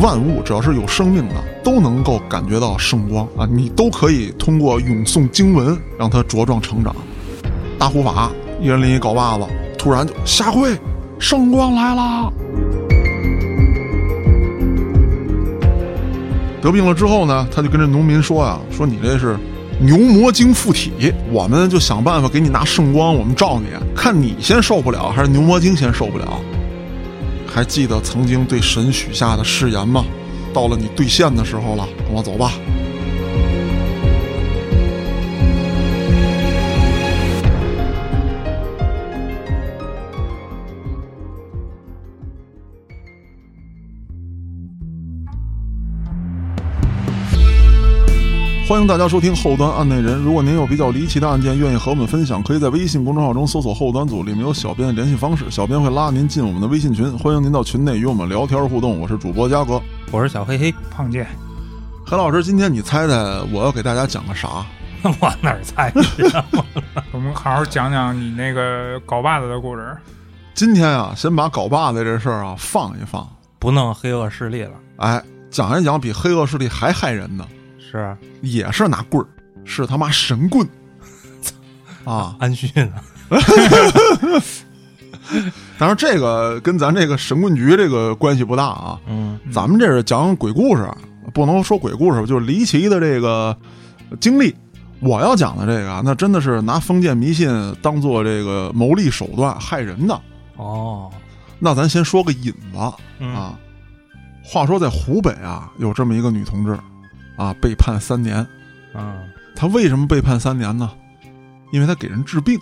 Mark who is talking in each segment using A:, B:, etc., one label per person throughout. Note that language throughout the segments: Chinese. A: 万物只要是有生命的，都能够感觉到圣光啊！你都可以通过咏诵经文让它茁壮成长。大护法一人拎一镐把子，突然就下跪，圣光来啦！得病了之后呢，他就跟这农民说呀：“说你这是牛魔精附体，我们就想办法给你拿圣光，我们照你，看你先受不了，还是牛魔精先受不了。”还记得曾经对神许下的誓言吗？到了你兑现的时候了，跟我走吧。欢迎大家收听《后端案内人》。如果您有比较离奇的案件，愿意和我们分享，可以在微信公众号中搜索“后端组”，里面有小编的联系方式，小编会拉您进我们的微信群。欢迎您到群内与我们聊天互动。我是主播嘉哥，
B: 我是小黑 黑，
C: 碰见
A: 黑老师，今天你猜猜我要给大家讲个啥？
B: 我哪儿猜知道？
C: 我们好好讲讲你那个镐把子的故事。
A: 今天啊，先把镐把子这事儿啊放一放，
B: 不弄黑恶势力了，
A: 哎，讲一讲比黑恶势力还害人的，
B: 是
A: 也是拿棍儿，是他妈神棍 啊！
B: 安旭呢？
A: 当然，这个跟咱这个神棍局这个关系不大啊。
B: 嗯，
A: 咱们这是讲鬼故事，不能说鬼故事，就是离奇的这个经历。我要讲的这个啊，那真的是拿封建迷信当做这个牟利手段害人的。
B: 哦，
A: 那咱先说个引子
B: 嗯
A: 啊。话说在湖北啊，有这么一个女同志啊，被判三年。
B: 嗯，
A: 她为什么被判三年呢？因为她给人治病，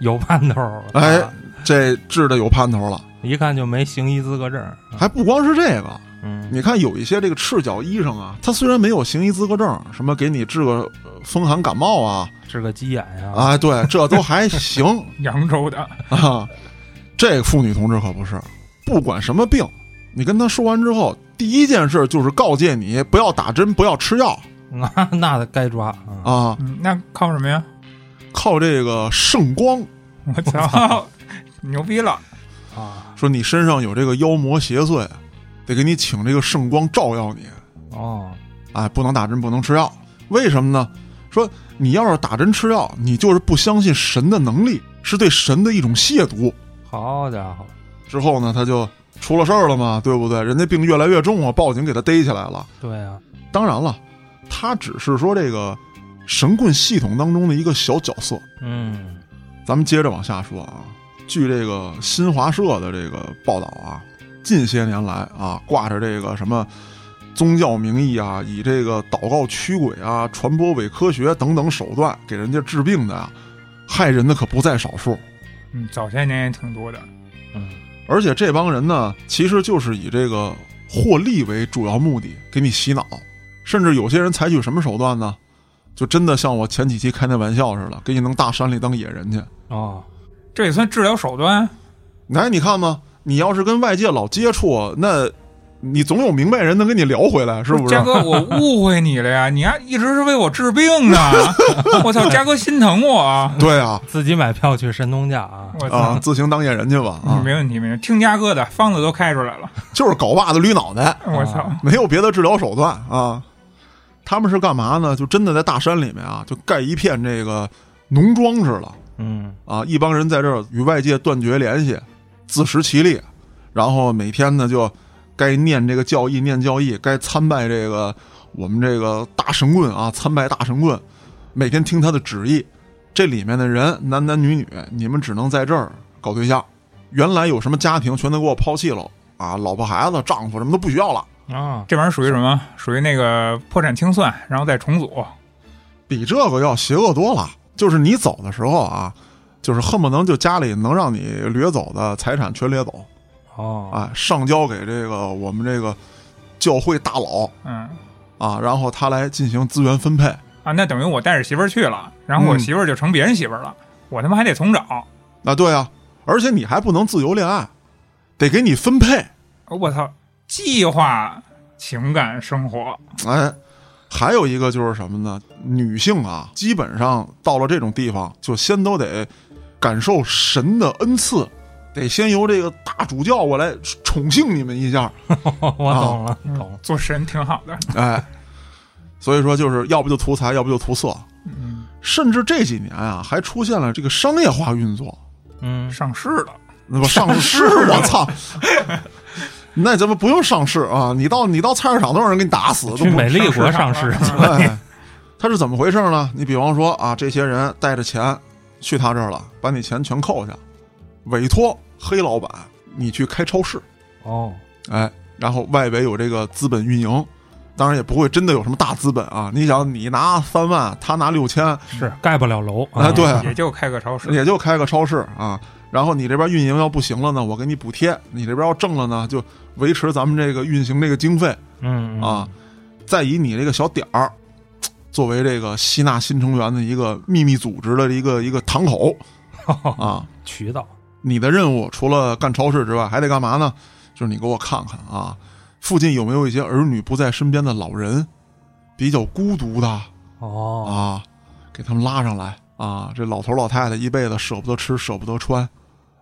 B: 有盼头儿，
A: 哎
B: 啊，
A: 这治的有盼头了。
B: 一看就没行医资格证儿，
A: 还不光是这个，
B: 嗯，
A: 你看有一些这个赤脚医生啊，他虽然没有行医资格证，什么给你治个呃风寒感冒啊，
B: 治个鸡眼呀，
A: 啊，对，这都还行
C: 扬州的，
A: 啊。这个妇女同志可不是，不管什么病，你跟她说完之后，第一件事就是告诫你不要打针，不要吃药
B: 那 那得该抓啊，
A: 啊，
C: 嗯，那靠什么呀？
A: 靠这个圣光，
C: 我操，牛逼了！
B: 啊
A: 说你身上有这个妖魔邪祟，得给你请这个圣光照耀你。
B: 哦，
A: 哎，不能打针，不能吃药。为什么呢？说你要是打针吃药，你就是不相信神的能力，是对神的一种亵渎。
B: 好家伙，
A: 之后呢，他就出了事儿了嘛，对不对？人家病越来越重啊，报警给他逮起来了。
B: 对啊，
A: 当然了，他只是说这个神棍系统当中的一个小角色。
B: 嗯，
A: 咱们接着往下说啊，据这个新华社的这个报道啊，近些年来啊，挂着这个什么宗教名义啊，以这个祷告驱鬼啊、传播伪科学等等手段给人家治病的啊，害人的可不在少数。
C: 嗯，早些年也挺多的。
B: 嗯，
A: 而且这帮人呢，其实就是以这个获利为主要目的，给你洗脑，甚至有些人采取什么手段呢？就真的像我前几期开那玩笑似的，给你弄大山里当野人去。
B: 哦，
C: 这也算治疗手段？啊
A: 哎，你看嘛，你要是跟外界老接触，那你总有明白人能跟你聊回来，是不是
C: 嘉？哥，我误会你了呀！你还一直是为我治 病呢！我操，嘉哥心疼我啊！
A: 对啊，
B: 自己买票去神农架啊，
C: 我操
A: 啊，，自行当野人去吧啊，
C: 没问题，没问题，听嘉哥的，方子都开出来了。
A: 就是镐把子捋脑袋，
C: 我操，
A: 没有别的治疗手段啊。他们是干嘛呢？就真的在大山里面啊，就盖一片这个农庄似的
B: 嗯，
A: 啊，一帮人在这儿与外界断绝联系，自食其力，然后每天呢就该念这个教义，念教义，该参拜这个我们这个大神棍啊，参拜大神棍，每天听他的旨意。这里面的人，男男女女，你们只能在这儿搞对象。原来有什么家庭，全都给我抛弃了啊！老婆、孩子、丈夫什么都不需要了，
B: 啊，
C: 这玩意儿属于什么？属于那个破产清算，然后再重组。
A: 比这个要邪恶多了。就是你走的时候啊，就是恨不能就家里能让你掠走的财产全掠走，
B: 哦，
A: 啊，上交给这个我们这个教会大佬
C: 嗯，
A: 啊，然后他来进行资源分配。
C: 啊，那等于我带着媳妇儿去了，然后我
A: 嗯
C: 媳妇儿就成别人媳妇儿了，我他妈还得重找。
A: 啊，对啊，而且你还不能自由恋爱，得给你分配。
C: 我操，计划情感生活，
A: 哎，还有一个就是什么呢？女性啊，基本上到了这种地方，就先都得感受神的恩赐，得先由这个大主教我来宠幸你们一下，
B: 我懂
A: 啊
B: 了，懂了。
C: 做神挺好的。
A: 哎，所以说就是要不就图财，要不就图色，
C: 嗯，
A: 甚至这几年啊，还出现了这个商业化运作，
B: 嗯，
C: 上市了，
A: 那不上市，我操！那咱们不用上市啊，你到你到菜市场都让人给你打死，都
B: 去
A: 不
B: 美丽国上市
C: 市
B: 去。
C: 了
A: 哎，他是怎么回事呢？你比方说啊，这些人带着钱去他这儿了，把你钱全扣下，委托黑老板你去开超市，
B: 哦，
A: 哎，然后外围有这个资本运营，当然也不会真的有什么大资本啊。你想，你拿三万，他拿六千，
B: 是盖不了楼
A: 啊对
C: 嗯也就开个超市，
A: 也就开个超市啊。然后你这边运营要不行了呢，我给你补贴；你这边要挣了呢，就维持咱们这个运行这个经费
B: 嗯
A: 啊，，再以你这个小点儿作为这个吸纳新成员的一个秘密组织的一个一个堂口
B: 嗯
A: 啊。
B: 渠道，
A: 你的任务除了干超市之外，还得干嘛呢？就是你给我看看啊，附近有没有一些儿女不在身边的老人，比较孤独的啊，
B: 哦，
A: 给他们拉上来啊。这老头老太太一辈子舍不得吃，舍不得穿，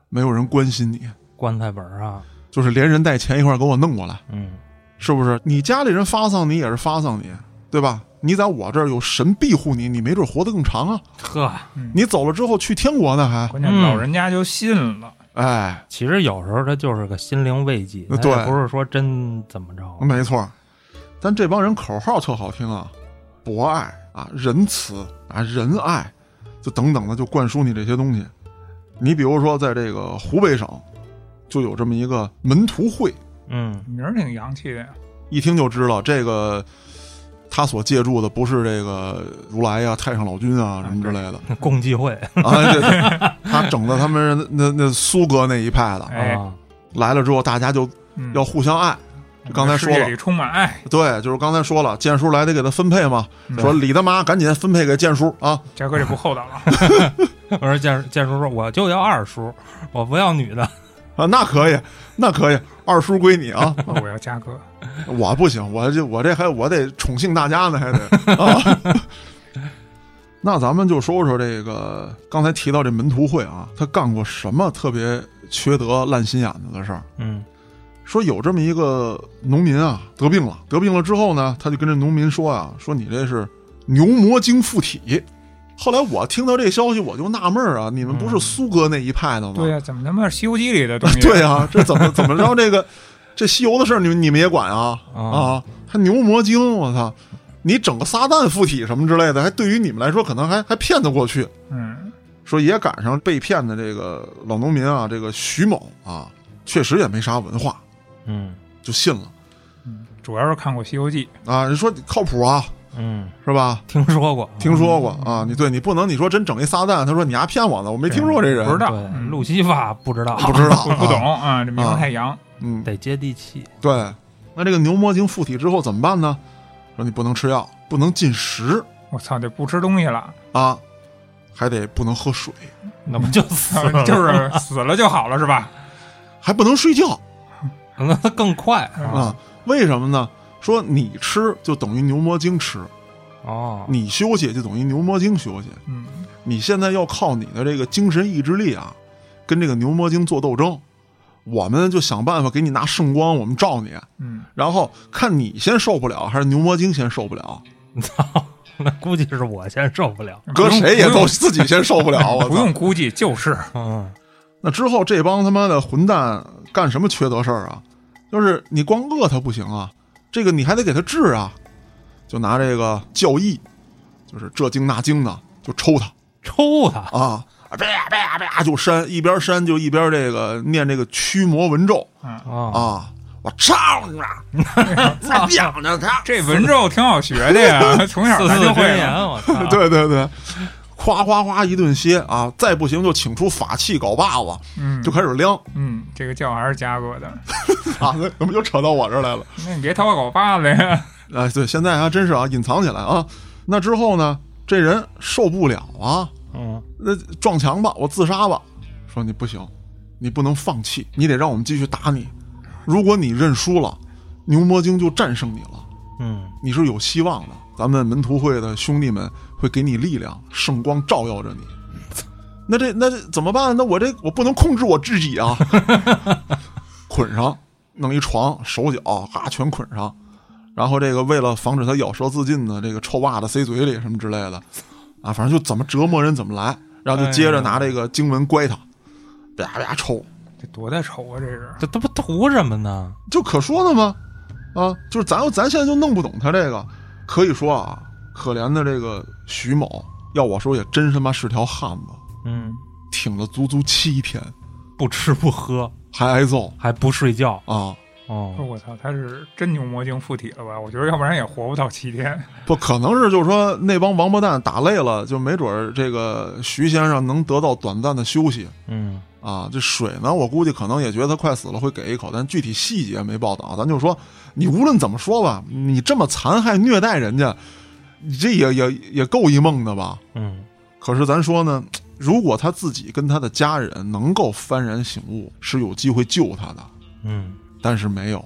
A: 没有人关心你，
B: 棺材本儿啊，
A: 就是连人带钱一块儿给我弄过来，
B: 嗯，
A: 是不是？你家里人发丧你也是发丧你，对吧？你在我这儿有神庇护你，你没准活得更长啊！
B: 呵，
A: 你走了之后去天国呢还？
C: 关键
B: 嗯
C: 老人家就信了。
A: 哎，
B: 其实有时候它就是个心灵慰藉，它
A: 对
B: 也不是说真怎么着，
A: 没错儿，但这帮人口号特好听啊，博爱啊、仁慈啊、仁爱，就等等的就灌输你这些东西。你比如说，在这个湖北省，就有这么一个门徒会，
B: 嗯
C: 名儿挺洋气的呀，
A: 一听就知道这个他所借助的不是这个如来呀、太上老君啊什么之类的
B: 共济 会
A: 啊，这他整的他们那那那苏格那一派的
C: 哎
B: 啊，
A: 来了之后，大家就
C: 嗯
A: 要互相爱。
C: 我们
A: 刚才说了
C: 世界里充满爱，
A: 对，就是刚才说了，建叔来得给他分配嘛，
C: 嗯
A: 说李大妈赶紧分配给建叔啊，
C: 嘉哥这不厚道 了，
B: 我说建建叔说我就要二叔，我不要女的，
A: 啊，那可以，那可以，二叔归你啊，
C: 我要嘉哥，
A: 我不行，我这我这还我得宠幸大家呢，还得啊。 那咱们就说说这个刚才提到这门徒会啊，他干过什么特别缺德烂心眼子的事儿？
B: 嗯
A: 说有这么一个农民啊，得病了，得病了之后呢，他就跟这农民说啊，说你这是牛魔精附体。后来我听到这消息，我就纳闷儿啊，你们不是苏哥那一派的吗？
C: 对呀，怎么他妈《西游记》里的东西？
A: 对啊，这怎么怎么着？这个 这西游的事儿，你们你们也管啊
B: 啊
A: 啊？还牛魔精，我操！你整个撒旦附体什么之类的，还对于你们来说可能还还骗得过去。
C: 嗯，
A: 说也赶上被骗的这个老农民啊，这个徐某啊，确实也没啥文化，
B: 嗯
A: 就信了
C: 主要是看过《西游记
A: 啊。人说靠谱啊，
B: 嗯，
A: 是吧？
B: 听说过，
A: 听说过
C: 哦
A: 啊，你对你不能你说真整一撒旦，他说你丫骗我呢，我没听说过这人，
C: 不知道
B: 对
C: 嗯
B: 路西法不知道，》，
A: 不 知道，
C: 不不懂，啊，这名儿太洋，
A: 嗯，
B: 得接地气，
A: 对，那这个牛魔精附体之后怎么办呢？说你不能吃药，不能进食
C: 我操，这不吃东西了，
A: 啊，还得不能喝水，
B: 那不就死
C: 操
B: 了？
C: 啊就是死了就好了是吧？
A: 还不能睡觉
B: 那它更快
A: 啊？为什么呢？说你吃就等于牛魔精吃，
B: 哦，
A: 你休息就等于牛魔精休息。
C: 嗯，
A: 你现在要靠你的这个精神意志力啊，跟这个牛魔精做斗争。我们就想办法给你拿圣光，我们照你，
C: 嗯，
A: 然后看你先受不了还是牛魔精先受不了，
B: 操，那估计是我先受不了，
A: 搁
C: 不用
A: 谁也
C: 不用
A: 都自己 先啊受不了。我操
C: 不用估计，就是
B: 嗯
A: 那之后这帮他妈的混蛋干什么缺德事儿啊？就是你光饿他不行啊，这个你还得给他治啊。就拿这个教义，就是这经那经的，就抽他
B: 抽他，
A: 啊，啪啪啪就扇，一边扇就一边这个念这个驱魔文咒
B: 啊，
A: 啊。我操你妈！还想着他，
C: 这文绉挺好学的 呀，从小
B: 四
C: 咱
B: 字
C: 就
B: 真
C: 会
B: 言，
C: 了。
B: 我操，
A: 对对对，夸夸夸一顿歇啊！再不行就请出法器镐把子，
C: 嗯
A: 就开始撩
C: 嗯，这个教还是嘉哥的，
A: 啊！那怎么又扯到我这儿来了？
C: 那你别掏狗把子呀。
A: 哎，对，现在还真是啊，隐藏起来啊。那之后呢，这人受不了啊，
B: 嗯
A: 那撞墙吧，我自杀吧。说你不行，你不能放弃，你得让我们继续打你。如果你认输了，牛魔精就战胜你了，
B: 嗯，
A: 你是有希望的。咱们门徒会的兄弟们会给你力量，圣光照耀着你。那这那这怎么办？那我这我不能控制我自己啊， 捆上，弄一床，手脚嘎全捆上，然后这个为了防止他咬舌自尽呢，这个臭袜子塞嘴里什么之类的，啊，反正就怎么折磨人怎么来，然后就接着拿这个经文乖他，啪啪抽，
C: 这多大仇啊！这是
B: 这他不图什么呢？
A: 就可说的吗？啊，就是咱咱现在就弄不懂他这个，可以说啊，可怜的这个徐某，要我说也真他妈是条汉子，
B: 嗯，
A: 挺了足足七天，
B: 不吃不喝
A: 还挨揍
B: 还不睡觉
A: 啊！
B: 哦，
C: 我操，他是真牛魔精附体了吧？我觉得要不然也活不到七天。
A: 不可能是就是说那帮王八蛋打累了，就没准儿这个徐先生能得到短暂的休息
B: 嗯
A: 啊。这水呢，我估计可能也觉得他快死了，会给一口，但具体细节没报道。咱就说，你无论怎么说吧，你这么残害虐待人家，你这也也也够一梦的吧？
B: 嗯，
A: 可是咱说呢，如果他自己跟他的家人能够幡然醒悟，是有机会救他的，
B: 嗯，
A: 但是没有。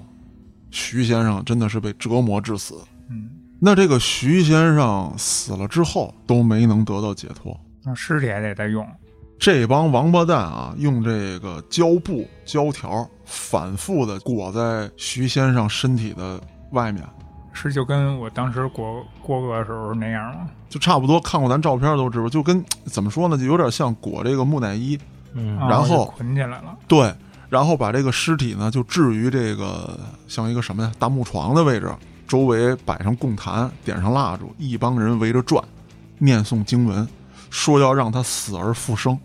A: 徐先生真的是被折磨致死。
C: 嗯，
A: 那这个徐先生死了之后都没能得到解脱，
C: 那尸体还得再用。
A: 这帮王八蛋啊，用这个胶布、胶条反复的裹在徐先生身体的外面，
C: 是就跟我当时裹郭哥的时候那样吗？
A: 就差不多。看过咱照片都知道，就跟怎么说呢，就有点像裹这个木乃伊，
B: 嗯
C: 啊
A: 然后
C: 就捆起来了。
A: 对，然后把这个尸体呢就置于这个像一个什么呀大木床的位置，周围摆上供坛，点上蜡烛，一帮人围着转，念诵经文，说要让他死而复生。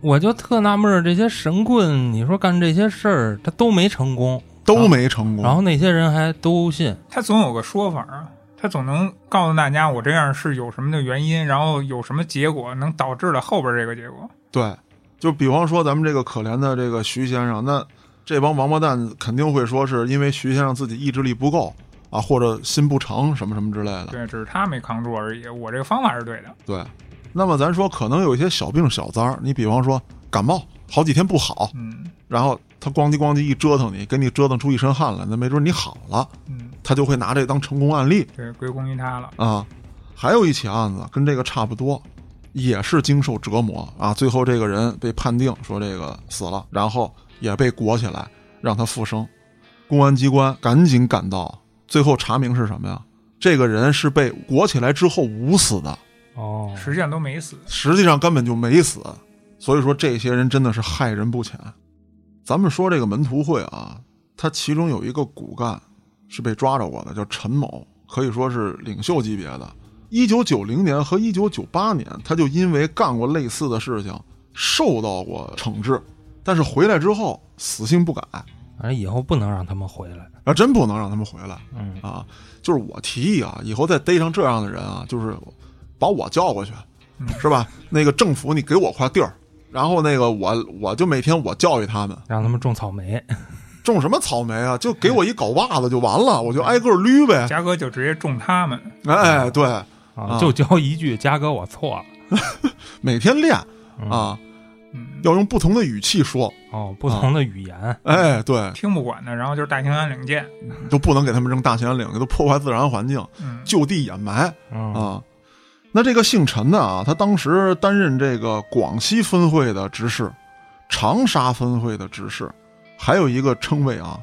B: 我就特纳闷儿，这些神棍，你说干这些事儿，他都没成功，
A: 都没成功，
B: 然后那些人还都信，
C: 他总有个说法啊，他总能告诉大家我这样是有什么的原因，然后有什么结果能导致了后边这个结果。
A: 对，就比方说咱们这个可怜的这个徐先生，那这帮王八蛋肯定会说是因为徐先生自己意志力不够啊，或者心不诚什么什么之类的。
C: 对，只是他没扛住而已。我这个方法是对的。
A: 对，那么咱说可能有一些小病小灾儿，你比方说感冒，好几天不好，
C: 嗯
A: 然后他咣叽咣叽一折腾你，给你折腾出一身汗来，那没准你好了，
C: 嗯，
A: 他就会拿这当成功案例
C: 对，归功于他了。
A: 啊。还有一起案子跟这个差不多，也是经受折磨啊，最后这个人被判定说这个死了，然后也被裹起来让他复生。公安机关赶紧赶到，最后查明是什么呀？这个人是被裹起来之后捂死的，
B: 哦，
C: 实际上都没死。
A: 实际上根本就没死，所以说这些人真的是害人不浅。咱们说这个门徒会啊，他其中有一个骨干是被抓着过的，叫陈某，可以说是领袖级别的。一九九零年和一九九八年，他就因为干过类似的事情受到过惩治，但是回来之后死性不改，
B: 反哎正以后不能让他们回来，
A: 啊，真不能让他们回来。
B: 嗯
A: 啊，就是我提议啊，以后再逮上这样的人啊，就是把我叫过去，是吧？那个政府你给我块地儿，然后那个我我就每天我教育他们
B: 让他们种草莓，
A: 种什么草莓啊，就给我一镐把子就完了，我就挨个捋呗。
C: 嘉哥就直接中他们，
A: 哎，对，啊
B: 啊，就教一句，嘉哥我错了，
A: 每天练啊，
C: 嗯，
A: 要用不同的语气说。
B: 哦，不同的语言，
A: 哎，对，
C: 听不管的，然后就是大兴安岭见。
A: 都不能给他们扔大兴安岭，都破坏自然环境，
C: 嗯，
A: 就地掩埋。
B: 嗯
A: 啊。那这个姓陈的啊，他当时担任这个广西分会的执事，长沙分会的执事，还有一个称谓啊，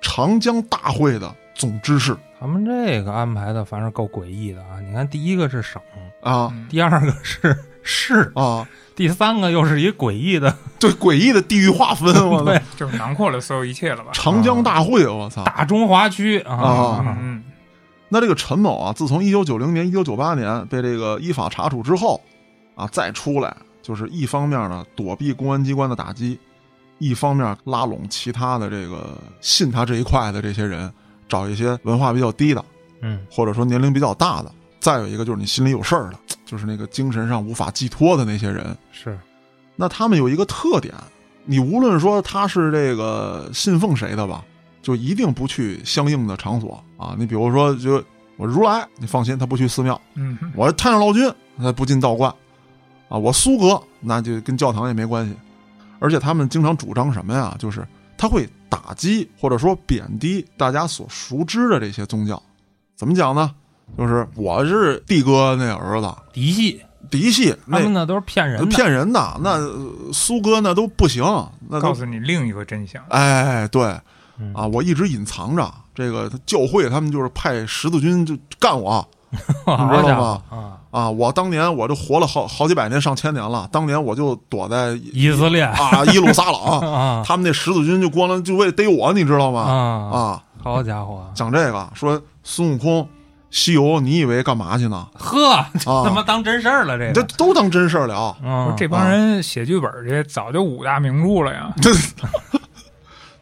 A: 长江大会的总知事
B: 他们这个安排的反正够诡异的啊！你看，第一个是省，
A: 啊
C: 嗯
B: 第二个是市，
A: 啊，
B: 第三个又是一诡异的，
A: 对诡异的地域划分，我操
B: 对，
C: 就是囊括了所有一切了吧？
A: 长江大会，我操！
B: 大中华区
A: 啊
B: 啊，
C: 嗯嗯，
A: 那这个陈某啊，自从一九九零年、一九九八年被这个依法查处之后，啊，再出来就是一方面呢躲避公安机关的打击，一方面拉拢其他的这个信他这一块的这些人，找一些文化比较低的，
B: 嗯
A: 或者说年龄比较大的。再有一个就是你心里有事儿的，就是那个精神上无法寄托的那些人。
B: 是，
A: 那他们有一个特点，你无论说他是这个信奉谁的吧，就一定不去相应的场所啊。你比如说，就我如来，你放心，他不去寺庙；
C: 嗯，
A: 我太上老君，他不进道观；啊，我苏格，那就跟教堂也没关系。而且他们经常主张什么呀？就是他会打击或者说贬低大家所熟知的这些宗教。怎么讲呢？就是我是帝哥那儿子，
B: 嫡系
A: 嫡系
B: 他
A: 那
B: 们那都是骗人嗯的。
A: 骗人的，那呃苏哥那都不行，那
C: 告
A: 都
C: 诉你另一个真相。
A: 哎对
B: 嗯
A: 啊，我一直隐藏着这个教会，他们就是派十字军就干我
B: 好
A: 你知
B: 家
A: 道
B: 伙啊！
A: 啊！我当年我就活了好好几百年上千年了，当年我就躲在
B: 以色列
A: 啊耶路撒冷，
B: 啊
A: 他们那十字军就光来就为逮我，你知道吗？
B: 啊！
A: 啊，
B: 好家伙，
A: 讲这个说孙悟空、西游，你以为干嘛去呢？
B: 呵，
A: 啊
B: 他妈当真事儿了这
A: 这啊
B: 个。
A: 都当真事儿了。
C: 不
B: 嗯
C: 是，这帮人写剧本去，早就五大名著了呀。
A: 这，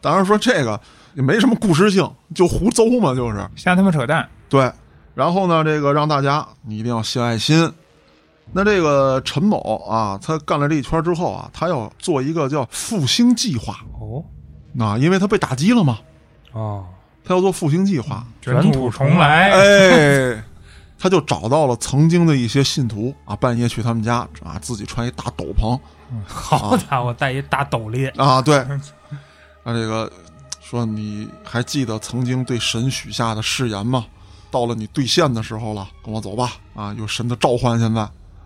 A: 当然说这个也没什么故事性，就胡诌嘛，就是
C: 瞎他妈扯淡！
A: 对。然后呢，这个让大家你一定要献爱心。那这个陈某啊，他干了这一圈之后啊，他要做一个叫复兴计划
B: 哦
A: 啊，因为他被打击了嘛，
B: 哦，
A: 他要做复兴计划。
B: 卷土重
C: 来
A: 哎， 他就找到了曾经的一些信徒啊，半夜去他们家啊，自己穿一大斗篷
B: 好家伙，带一大斗笠，
A: 啊， 对，啊这个说你还记得曾经对神许下的誓言吗？到了你兑现的时候了，跟我走吧啊，有神的召唤，现在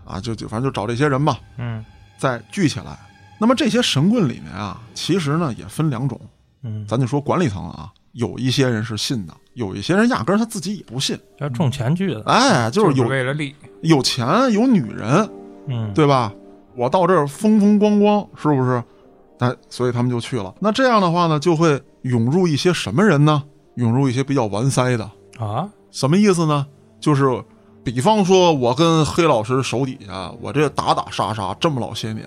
A: 啊，就就反正就找这些人吧，
B: 嗯
A: 再聚起来。那么这些神棍里面啊，其实呢也分两种，
B: 嗯，
A: 咱就说管理层啊，有一些人是信的，有一些人压根儿他自己也不信，
B: 这冲钱去的，
A: 哎，就是有
C: 为了利，
A: 有钱有女人，
B: 嗯，
A: 对吧？我到这儿风风光光，是不是？哎，所以他们就去了。那这样的话呢，就会涌入一些什么人呢？涌入一些比较完塞的。
B: 啊，
A: 什么意思呢？就是比方说，我跟黑老师手底下，我这打打杀杀这么老些 年，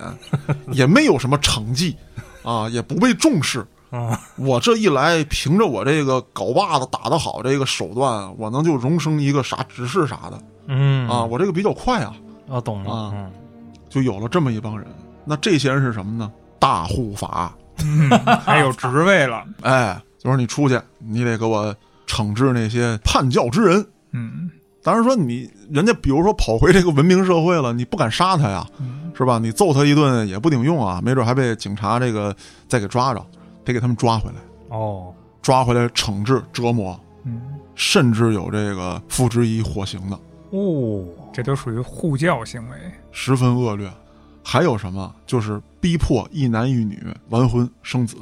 A: 也没有什么成绩啊，也不被重视。
B: 嗯
A: 我这一来，凭着我这个镐把子打得好这个手段，我能就荣升一个啥执事啥的
B: 嗯
A: 啊，，我这个比较快啊。
B: 我懂了
A: 啊，
B: 嗯，
A: 就有了这么一帮人。那这些人是什么呢？大护法，
C: 嗯，还有职位了。
A: 哎，就是你出去，你得给我惩治那些叛教之人。
C: 嗯，
A: 当然说你人家，比如说跑回这个文明社会了，你不敢杀他呀，
C: 嗯
A: 是吧？你揍他一顿也不顶用啊，没准还被警察这个再给抓着，得给他们抓回来，
B: 哦，
A: 抓回来惩治折磨，
C: 嗯，
A: 甚至有这个付之以火刑的，
B: 哦，
C: 这都属于护教行为。
A: 十分恶劣。还有什么？就是逼迫一男一女完婚生子，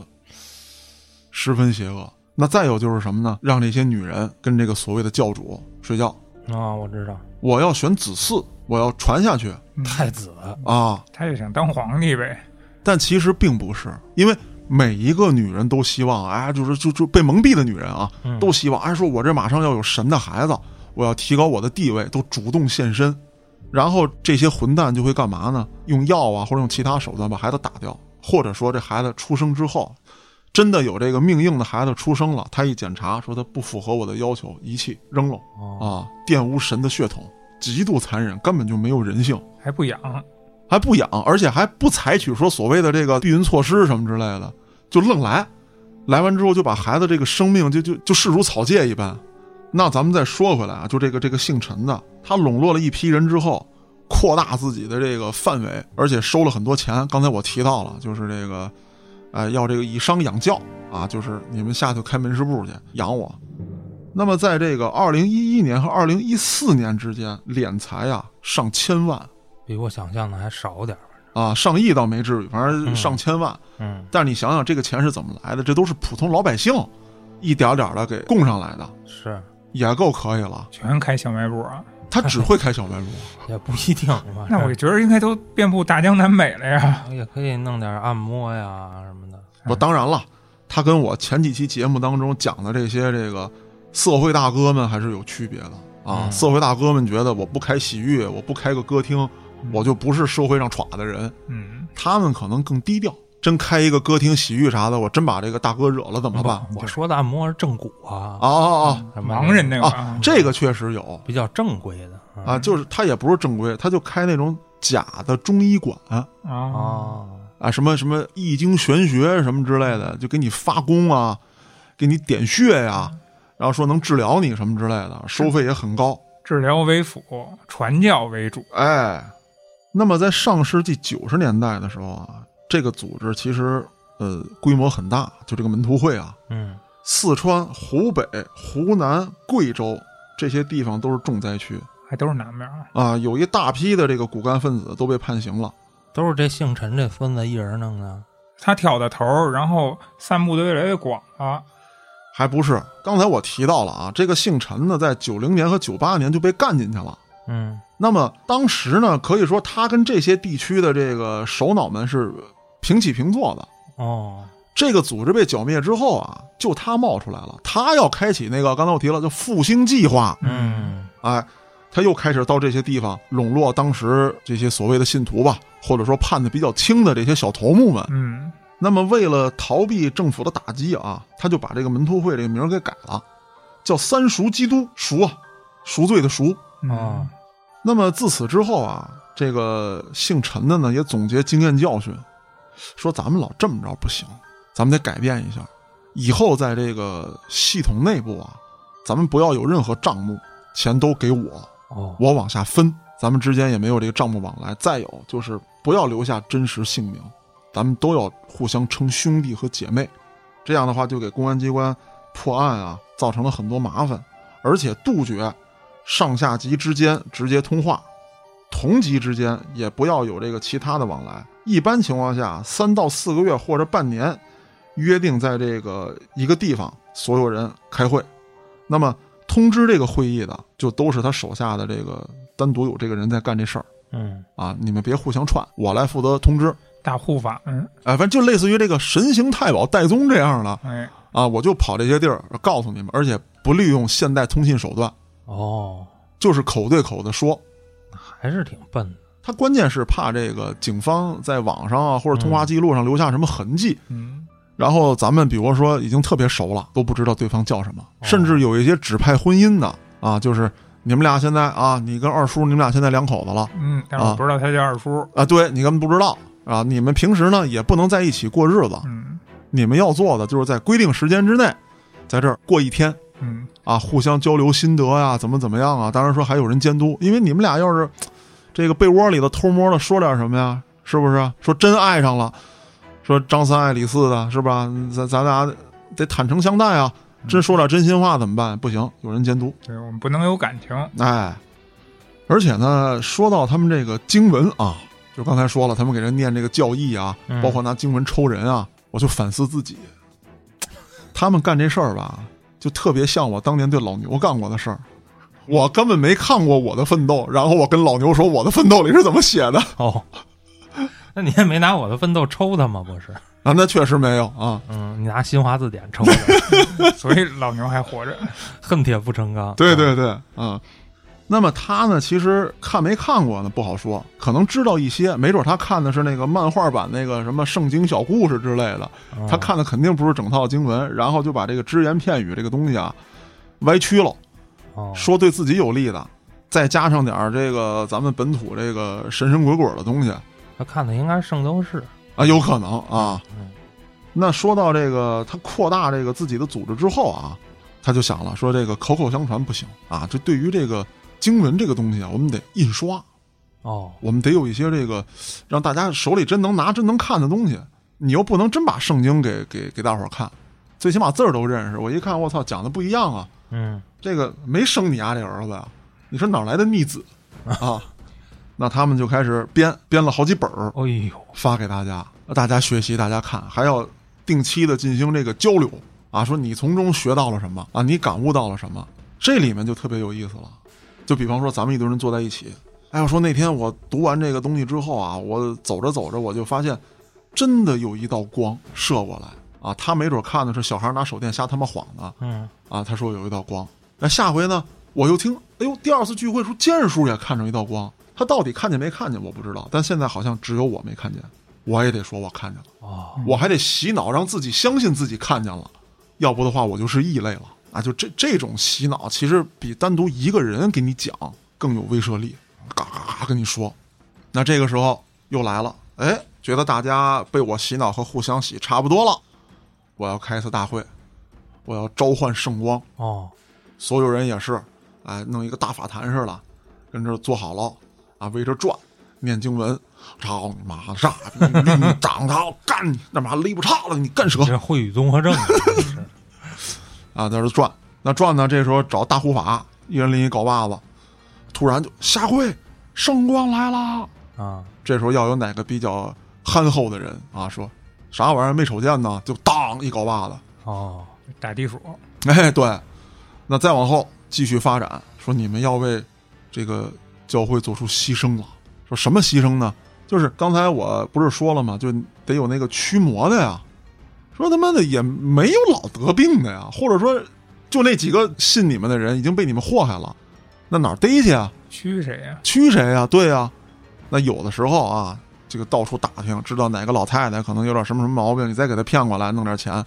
A: 十分邪恶。那再有就是什么呢？让这些女人跟这个所谓的教主睡觉。
B: 啊，我知道，
A: 我要选子嗣，我要传下去
C: 嗯
B: 太子，
A: 啊！
C: 他就想当皇帝呗。
A: 但其实并不是，因为每一个女人都希望，哎，就是就就被蒙蔽的女人啊，
B: 嗯
A: 都希望，哎，说我这马上要有神的孩子，我要提高我的地位，都主动献身。然后这些混蛋就会干嘛呢？用药啊，或者用其他手段把孩子打掉，或者说这孩子出生之后，真的有这个命硬的孩子出生了，他一检查说他不符合我的要求，遗弃扔了啊，
B: 哦，
A: 玷污神的血统，极度残忍，根本就没有人性。
C: 还不养，
A: 还不养，而且还不采取说所谓的这个避孕措施什么之类的，就愣来，来完之后就把孩子这个生命就就就视如草芥一般。那咱们再说回来啊，就这个这个姓陈的，他笼络了一批人之后，扩大自己的这个范围，而且收了很多钱。刚才我提到了，就是这个，呃，要这个以商养教啊，就是你们下去开门市部去养我。那么在这个二零一一年和二零一四年之间，敛财啊上千万，
B: 比我想象的还少点儿，
A: 啊，上亿倒没至于，反正
B: 嗯
A: 上千万。
B: 嗯，
A: 但是你想想，这个钱是怎么来的？这都是普通老百姓一点点的给供上来的，
B: 是
A: 也够可以了。
C: 全开小卖部啊？，
A: 他只会开小卖 部，
B: 也不一定吧
C: 那我觉得应该都遍布大江南北了呀。
B: 这也可以弄点按摩呀什么的，
A: 我当然了，他跟我前几期节目当中讲的这些这个社会大哥们还是有区别的啊。
B: 嗯
A: 社会大哥们觉得我不开洗浴，我不开个歌厅，
B: 嗯
A: 我就不是社会上耍的人。
C: 嗯，
A: 他们可能更低调，真开一个歌厅、洗浴啥的，我真把这个大哥惹了怎么办？
B: 我说的按摩是正骨啊，
A: 哦哦
B: 什么
C: 盲人那
A: 哦
C: 个
A: 啊
C: 啊，，
A: 这个确实有，
B: 比较正规的
A: 啊，就是他也不是正规，他就开那种假的中医馆
C: 啊，
B: 哦，
A: 啊，什么什么易经玄学什么之类的，就给你发功啊，给你点穴呀、然后说能治疗你什么之类的，收费也很高。
C: 治疗为辅，传教为主。
A: 哎，那么在上世纪九十年代的时候啊，这个组织其实呃规模很大，就这个门徒会啊，
B: 嗯
A: 四川、湖北、湖南、贵州这些地方都是重灾区。
C: 还还都是南边啊。
A: 啊，有一大批的这个骨干分子都被判刑了。
B: 都是这姓陈这孙子一人弄的。
C: 他挑的头儿，然后散布的越来越广了。
A: 还不是，刚才我提到了啊，这个姓陈的在九零年和九八年就被干进去了。
B: 嗯，
A: 那么当时呢，可以说他跟这些地区的这个首脑们是平起平坐的。
B: 哦，
A: 这个组织被剿灭之后啊，就他冒出来了，他要开启那个刚才我提了，就复兴计划。
B: 嗯，
A: 哎，他又开始到这些地方笼络当时这些所谓的信徒吧，或者说判的比较轻的这些小头目们。
C: 嗯，
A: 那么为了逃避政府的打击啊，他就把这个门徒会这个名儿给改了，叫三赎基督，赎啊，赎罪的赎。
C: 嗯
B: 哦，
A: 那么自此之后啊，这个姓陈的呢也总结经验教训，说咱们老这么着不行，咱们得改变一下，以后在这个系统内部啊，咱们不要有任何账目，钱都给我，
B: 哦，
A: 我往下分，咱们之间也没有这个账目往来。再有就是不要留下真实姓名，咱们都要互相称兄弟和姐妹，这样的话就给公安机关破案啊造成了很多麻烦，而且杜绝上下级之间直接通话，同级之间也不要有这个其他的往来。一般情况下，三到四个月或者半年，约定在这个一个地方所有人开会，那么通知这个会议的，就都是他手下的这个单独有这个人在干这事儿
B: 嗯，
A: 啊，你们别互相串，我来负责通知。
C: 大护法，嗯，
A: 哎，反正就类似于这个神行太保戴宗这样的
C: 哎，
A: 啊，我就跑这些地儿告诉你们，而且不利用现代通信手段，
B: 哦，
A: 就是口对口的说。
B: 还是挺笨的。
A: 他关键是怕这个警方在网上啊或者通话记录上留下什么痕迹，
C: 嗯，
A: 然后咱们比如说已经特别熟了，都不知道对方叫什么，甚至有一些指派婚姻的啊，就是你们俩现在啊，你跟二叔你们俩现在两口子了，
C: 嗯，但是我
A: 啊
C: 不知道他叫二叔。
A: 啊，对你根本不知道啊。你们平时呢也不能在一起过日子，
C: 嗯
A: 你们要做的就是在规定时间之内，在这儿过一天
C: 嗯，
A: 啊，互相交流心得呀、怎么怎么样啊。当然说还有人监督，因为你们俩要是这个被窝里头偷摸的说点什么呀，是不是？说真爱上了，说张三爱李四的，是吧？咱咱俩得坦诚相待啊。真说点真心话怎么办？不行，有人监督。
C: 对我们不能有感情。
A: 哎，而且呢，说到他们这个经文啊，就刚才说了，他们给人念这个教义啊，
B: 嗯
A: 包括拿经文抽人啊，我就反思自己，他们干这事儿吧，就特别像我当年对老牛干过的事儿。我根本没看过《我的奋斗》，然后我跟老牛说我的奋斗里是怎么写的
B: 哦， 那你也没拿我的奋斗抽他吗？不是，
A: 啊，那确实没有啊。
B: 嗯，你拿新华字典抽的，
C: 所以老牛还活着。
B: 恨铁不成钢。
A: 对
B: 啊，
A: 对对，嗯。那么他呢，其实看没看过呢不好说，可能知道一些，没准他看的是那个漫画版那个什么圣经小故事之类的，
B: 嗯
A: 他看的肯定不是整套经文，然后就把这个只言片语这个东西啊歪曲了，
B: 哦
A: 说对自己有利的，再加上点儿这个咱们本土这个神神鬼鬼的东西
B: 他看的应该是圣斗士。
A: 啊，有可能啊
B: 嗯。
A: 那说到这个，他扩大这个自己的组织之后啊，他就想了，说这个口口相传不行啊，这对于这个经文这个东西啊，我们得印刷，
B: 哦，
A: 我们得有一些这个让大家手里真能拿、真能看的东西。你又不能真把圣经给给给大伙儿看，最起码字儿都认识。我一看，我操，讲的不一样啊！
B: 嗯，
A: 这个没生你丫、这儿子呀、你说哪儿来的逆子啊？那他们就开始编编了好几本儿
B: 哎呦，
A: 发给大家，大家学习，大家看，还要定期的进行这个交流啊，说你从中学到了什么啊，你感悟到了什么，这里面就特别有意思了。就比方说，咱们一堆人坐在一起，哎，我说那天我读完这个东西之后啊，我走着走着我就发现，真的有一道光射过来啊，他没准看的是小孩拿手电瞎他妈晃呢，
B: 嗯，
A: 啊，他说有一道光。那下回呢，我又听，哎呦，第二次聚会时候剑叔也看着一道光，他到底看见没看见我不知道，但现在好像只有我没看见，我也得说我看见了，
B: 哦，
A: 我还得洗脑让自己相信自己看见了，要不的话我就是异类了啊！就这这种洗脑，其实比单独一个人给你讲更有威慑力，嘎嘎嘎跟你说。那这个时候又来了，哎，觉得大家被我洗脑和互相洗差不多了，我要开一次大会，我要召唤圣光。
B: 哦，
A: 所有人也是，哎，弄一个大法坛似的，跟这儿坐好了啊，围着转，念经文，操你妈的，傻逼，你你长他，我干你，他妈勒不差了，你干蛇
B: 这会语综合症 啊真是
A: 啊，在这转，那转呢，这时候找大护法，一人拎一镐把子，突然就下跪，圣光来啦！
B: 啊，
A: 这时候要有哪个比较憨厚的人啊，说啥玩意儿没瞅见呢，就当一镐把子。
B: 哦，
C: 打地鼠，
A: 哎，对，那再往后继续发展，说你们要为这个教会做出牺牲了。说什么牺牲呢？就是刚才我不是说了吗？就得有那个驱魔的呀。说他妈的也没有老得病的呀，或者说就那几个信你们的人已经被你们祸害了，那哪儿逮去啊？
C: 驱谁呀、
A: 驱谁呀、对呀、那有的时候啊，这个到处打听，知道哪个老太太可能有点什么什么毛病，你再给她骗过来，弄点钱。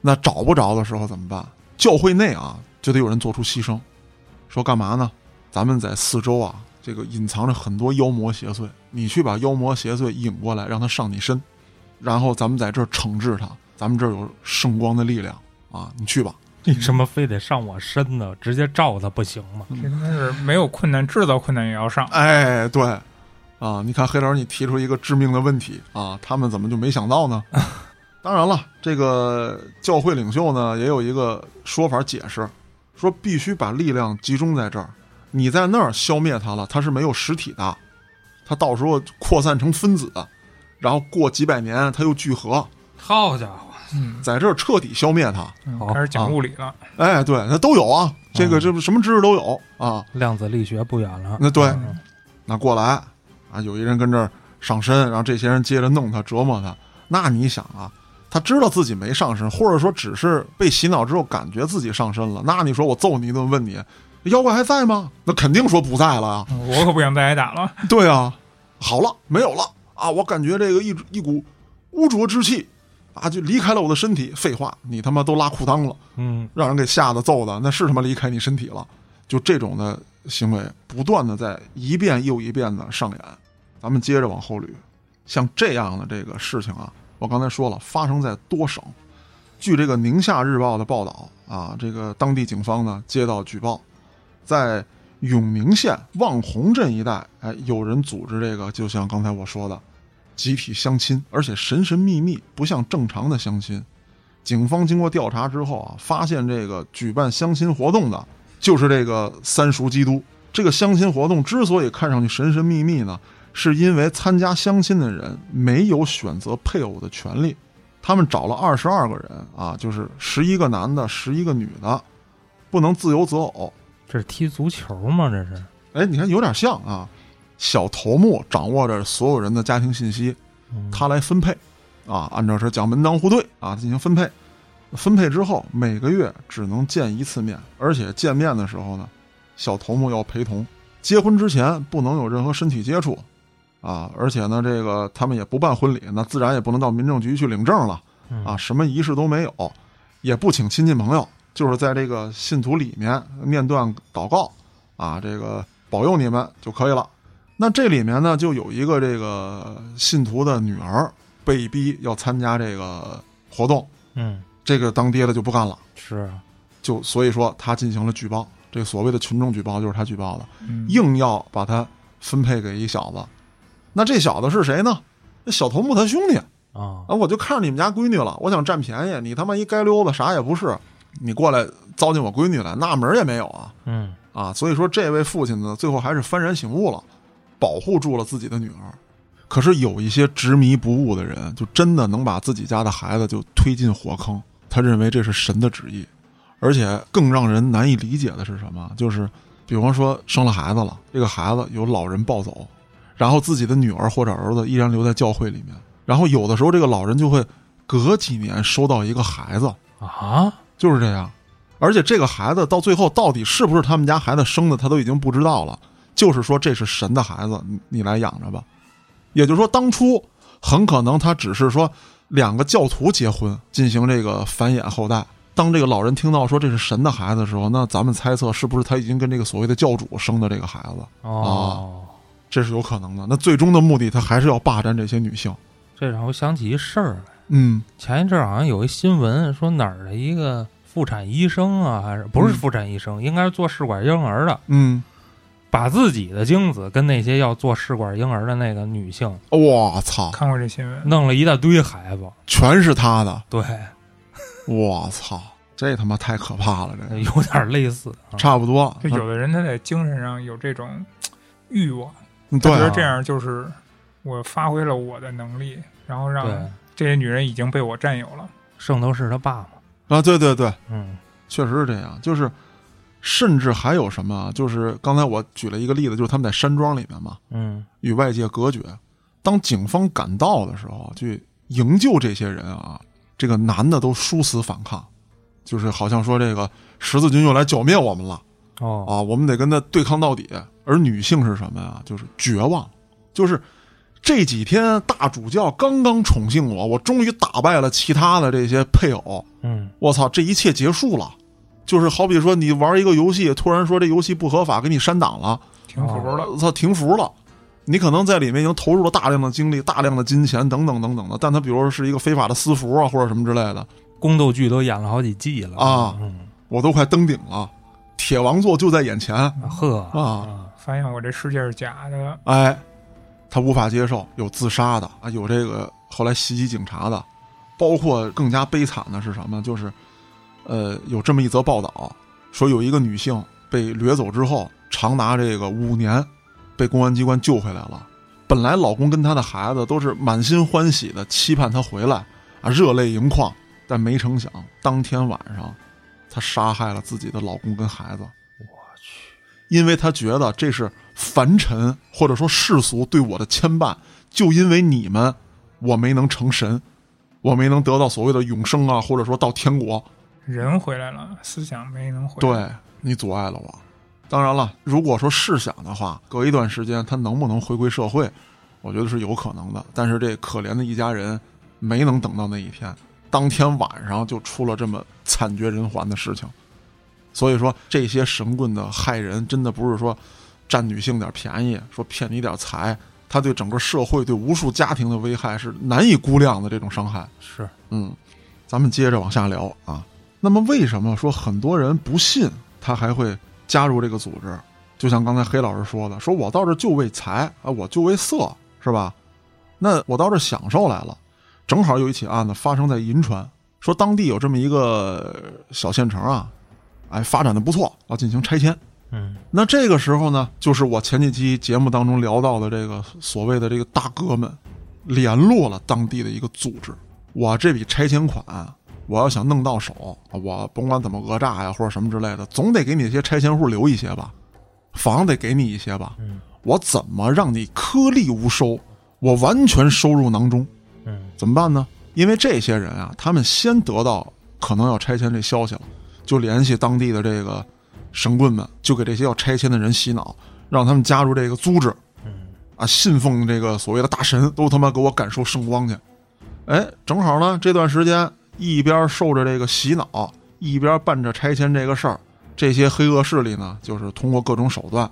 A: 那找不着的时候怎么办？教会内啊，就得有人做出牺牲，说干嘛呢？咱们在四周啊，这个隐藏着很多妖魔邪祟，你去把妖魔邪祟引过来，让他上你身，然后咱们在这儿惩治他。咱们这儿有圣光的力量啊，你去吧。
B: 为什么非得上我身呢？直接照他不行吗？
C: 这他妈是没有困难，制造困难也要上。
A: 哎，对，啊，你看黑老师，你提出一个致命的问题啊，他们怎么就没想到呢？当然了，这个教会领袖呢也有一个说法解释，说必须把力量集中在这儿，你在那儿消灭他了，他是没有实体的，他到时候扩散成分子，然后过几百年他又聚合，
B: 好家伙，
C: 嗯，
A: 在这儿彻底消灭他。
C: 嗯
B: 好
C: 开始讲物理了，
A: 哎，对，那都有啊，这个
B: 嗯
A: 这不什么知识都有啊。
B: 量子力学不远了。
A: 那对，
C: 嗯
A: 那过来啊，有一人跟这儿上身，然后这些人接着弄他、折磨他。那你想啊，他知道自己没上身，或者说只是被洗脑之后感觉自己上身了。那你说我揍你一顿，问你妖怪还在吗？那肯定说不在了啊。
C: 嗯我可不想再挨打了。
A: 对啊，好了，没有了啊！我感觉这个一一股污浊之气啊，就离开了我的身体。废话，你他妈都拉裤裆了，
B: 嗯，
A: 让人给吓得揍的，那是他妈离开你身体了。就这种的行为，不断的在一遍又一遍的上演。咱们接着往后捋，像这样的这个事情啊，我刚才说了，发生在多省。据这个《宁夏日报》的报道啊，这个当地警方呢接到举报，在永宁县望洪镇一带，哎，有人组织这个，就像刚才我说的，集体相亲，而且神神秘秘，不像正常的相亲。警方经过调查之后啊，发现这个举办相亲活动的就是这个三叔基督。这个相亲活动之所以看上去神神秘秘呢，是因为参加相亲的人没有选择配偶的权利。他们找了二十二个人啊，就是十一个男的，十一个女的，不能自由择偶。
B: 这是踢足球吗？这是
A: 哎，你看有点像啊，小头目掌握着所有人的家庭信息，
B: 嗯
A: 他来分配，啊，按照是讲门当户对啊进行分配。分配之后，每个月只能见一次面，而且见面的时候呢，小头目要陪同。结婚之前不能有任何身体接触，啊，而且呢，这个他们也不办婚礼，那自然也不能到民政局去领证了，
B: 嗯
A: 啊，什么仪式都没有，也不请亲戚朋友，就是在这个信徒里面念段祷告，啊，这个保佑你们就可以了。那这里面呢，就有一个这个信徒的女儿被逼要参加这个活动，
B: 嗯，
A: 这个当爹的就不干了，
B: 是啊
A: 就所以说他进行了举报，这个所谓的群众举报就是他举报的，
C: 嗯
A: 硬要把他分配给一小子。那这小子是谁呢？那小头目他兄弟啊！
B: 啊，
A: 我就看上你们家闺女了，我想占便宜，你他妈一街溜子啥也不是，你过来糟践我闺女来，那门儿也没有啊！
B: 嗯，
A: 啊，所以说这位父亲呢，最后还是幡然醒悟了，保护住了自己的女儿。可是有一些执迷不悟的人，就真的能把自己家的孩子就推进火坑，他认为这是神的旨意。而且更让人难以理解的是什么？就是比方说生了孩子了，这个孩子有老人抱走，然后自己的女儿或者儿子依然留在教会里面，然后有的时候这个老人就会隔几年收到一个孩子，
B: 啊，
A: 就是这样。而且这个孩子到最后到底是不是他们家孩子生的，他都已经不知道了。就是说这是神的孩子，你你来养着吧。也就是说，当初很可能他只是说两个教徒结婚进行这个繁衍后代。当这个老人听到说这是神的孩子的时候，那咱们猜测是不是他已经跟这个所谓的教主生的这个孩子，
B: 哦，
A: 这是有可能的。那最终的目的，他还是要霸占这些女性。
B: 这让我想起一事儿来。
A: 嗯，
B: 前一阵儿好像有一新闻说哪儿的一个妇产医生啊，还是不是
A: 嗯
B: 妇产医生，应该是做试管婴儿的，
A: 嗯，
B: 把自己的精子跟那些要做试管婴儿的那个女性
A: 我操，
C: 看
B: 嗯
C: 过这新闻，
B: 弄了一大堆孩子。
A: 全是他的，
B: 对，
A: 我操！这他妈太可怕了，这
B: 有点类似啊。
A: 差不多。
C: 就有的人他在精神上有这种欲望，
A: 嗯
C: 他
A: 对
C: 觉得
A: 啊，
C: 这样就是我发挥了我的能力，然后让
B: 对，
C: 这些女人已经被我占有了。
B: 圣斗士他爸嘛，
A: 啊，对对对，
B: 嗯
A: 确实是这样。就是，甚至还有什么啊，就是刚才我举了一个例子，就是他们在山庄里面嘛，
B: 嗯
A: 与外界隔绝。当警方赶到的时候，去营救这些人啊，这个男的都殊死反抗，就是好像说这个十字军又来剿灭我们了
B: 哦
A: 啊，我们得跟他对抗到底。而女性是什么呀？就是绝望，就是这几天大主教刚刚宠幸我，我终于打败了其他的这些配偶，
B: 嗯
A: 我操，这一切结束了。就是好比说你玩一个游戏，突然说这游戏不合法，给你删档了，
C: 停服了，
A: 我操，停服了。你可能在里面已经投入了大量的精力、大量的金钱等等等等的，但它比如说是一个非法的私服啊，或者什么之类的，
B: 宫斗剧都演了好几季了
A: 啊
B: 嗯
A: 我都快登顶了，铁王座就在眼前。
B: 呵
A: 啊
C: 发现我这世界是假的，
A: 哎，他无法接受，有自杀的啊，有这个后来袭击警察的，包括更加悲惨的是什么？就是，呃，有这么一则报道说，有一个女性被掠走之后，长达这个五年，被公安机关救回来了。本来老公跟她的孩子都是满心欢喜的期盼她回来啊，热泪盈眶，但没成想当天晚上，她杀害了自己的老公跟孩子。
B: 我去，
A: 因为他觉得这是凡尘或者说世俗对我的牵绊，就因为你们，我没能成神，我没能得到所谓的永生啊，或者说到天国，
C: 人回来了，思想没能回来。
A: 对你阻碍了我。当然了，如果说试想的话，隔一段时间他能不能回归社会，我觉得是有可能的。但是这可怜的一家人没能等到那一天，当天晚上就出了这么惨绝人寰的事情。所以说，这些神棍的害人，真的不是说占女性点便宜，说骗你点财，他对整个社会、对无数家庭的危害是难以估量的这种伤害。
B: 是
A: 嗯，咱们接着往下聊啊。那么为什么说很多人不信他还会加入这个组织？就像刚才黑老师说的，说我到这儿就为财啊，我就为色，是吧？那我到这儿享受来了。正好有一起案子发生在银川，说当地有这么一个呃小县城啊，哎，发展的不错，要进行拆迁。
B: 嗯
A: 那这个时候呢，就是我前几期节目当中聊到的这个所谓的这个大哥们，联络了当地的一个组织。我这笔拆迁款，我要想弄到手，我甭管怎么讹诈呀或者什么之类的，总得给你这些拆迁户留一些吧，房得给你一些吧。
B: 嗯
A: 我怎么让你颗粒无收？我完全收入囊中，
B: 嗯
A: 怎么办呢？因为这些人啊，他们先得到可能要拆迁这消息了，就联系当地的这个神棍们，就给这些要拆迁的人洗脑，让他们加入这个组织
B: 嗯
A: 啊，信奉这个所谓的大神，都他妈给我感受圣光去。哎，正好呢，这段时间一边受着这个洗脑，一边办着拆迁这个事儿，这些黑恶势力呢，就是通过各种手段，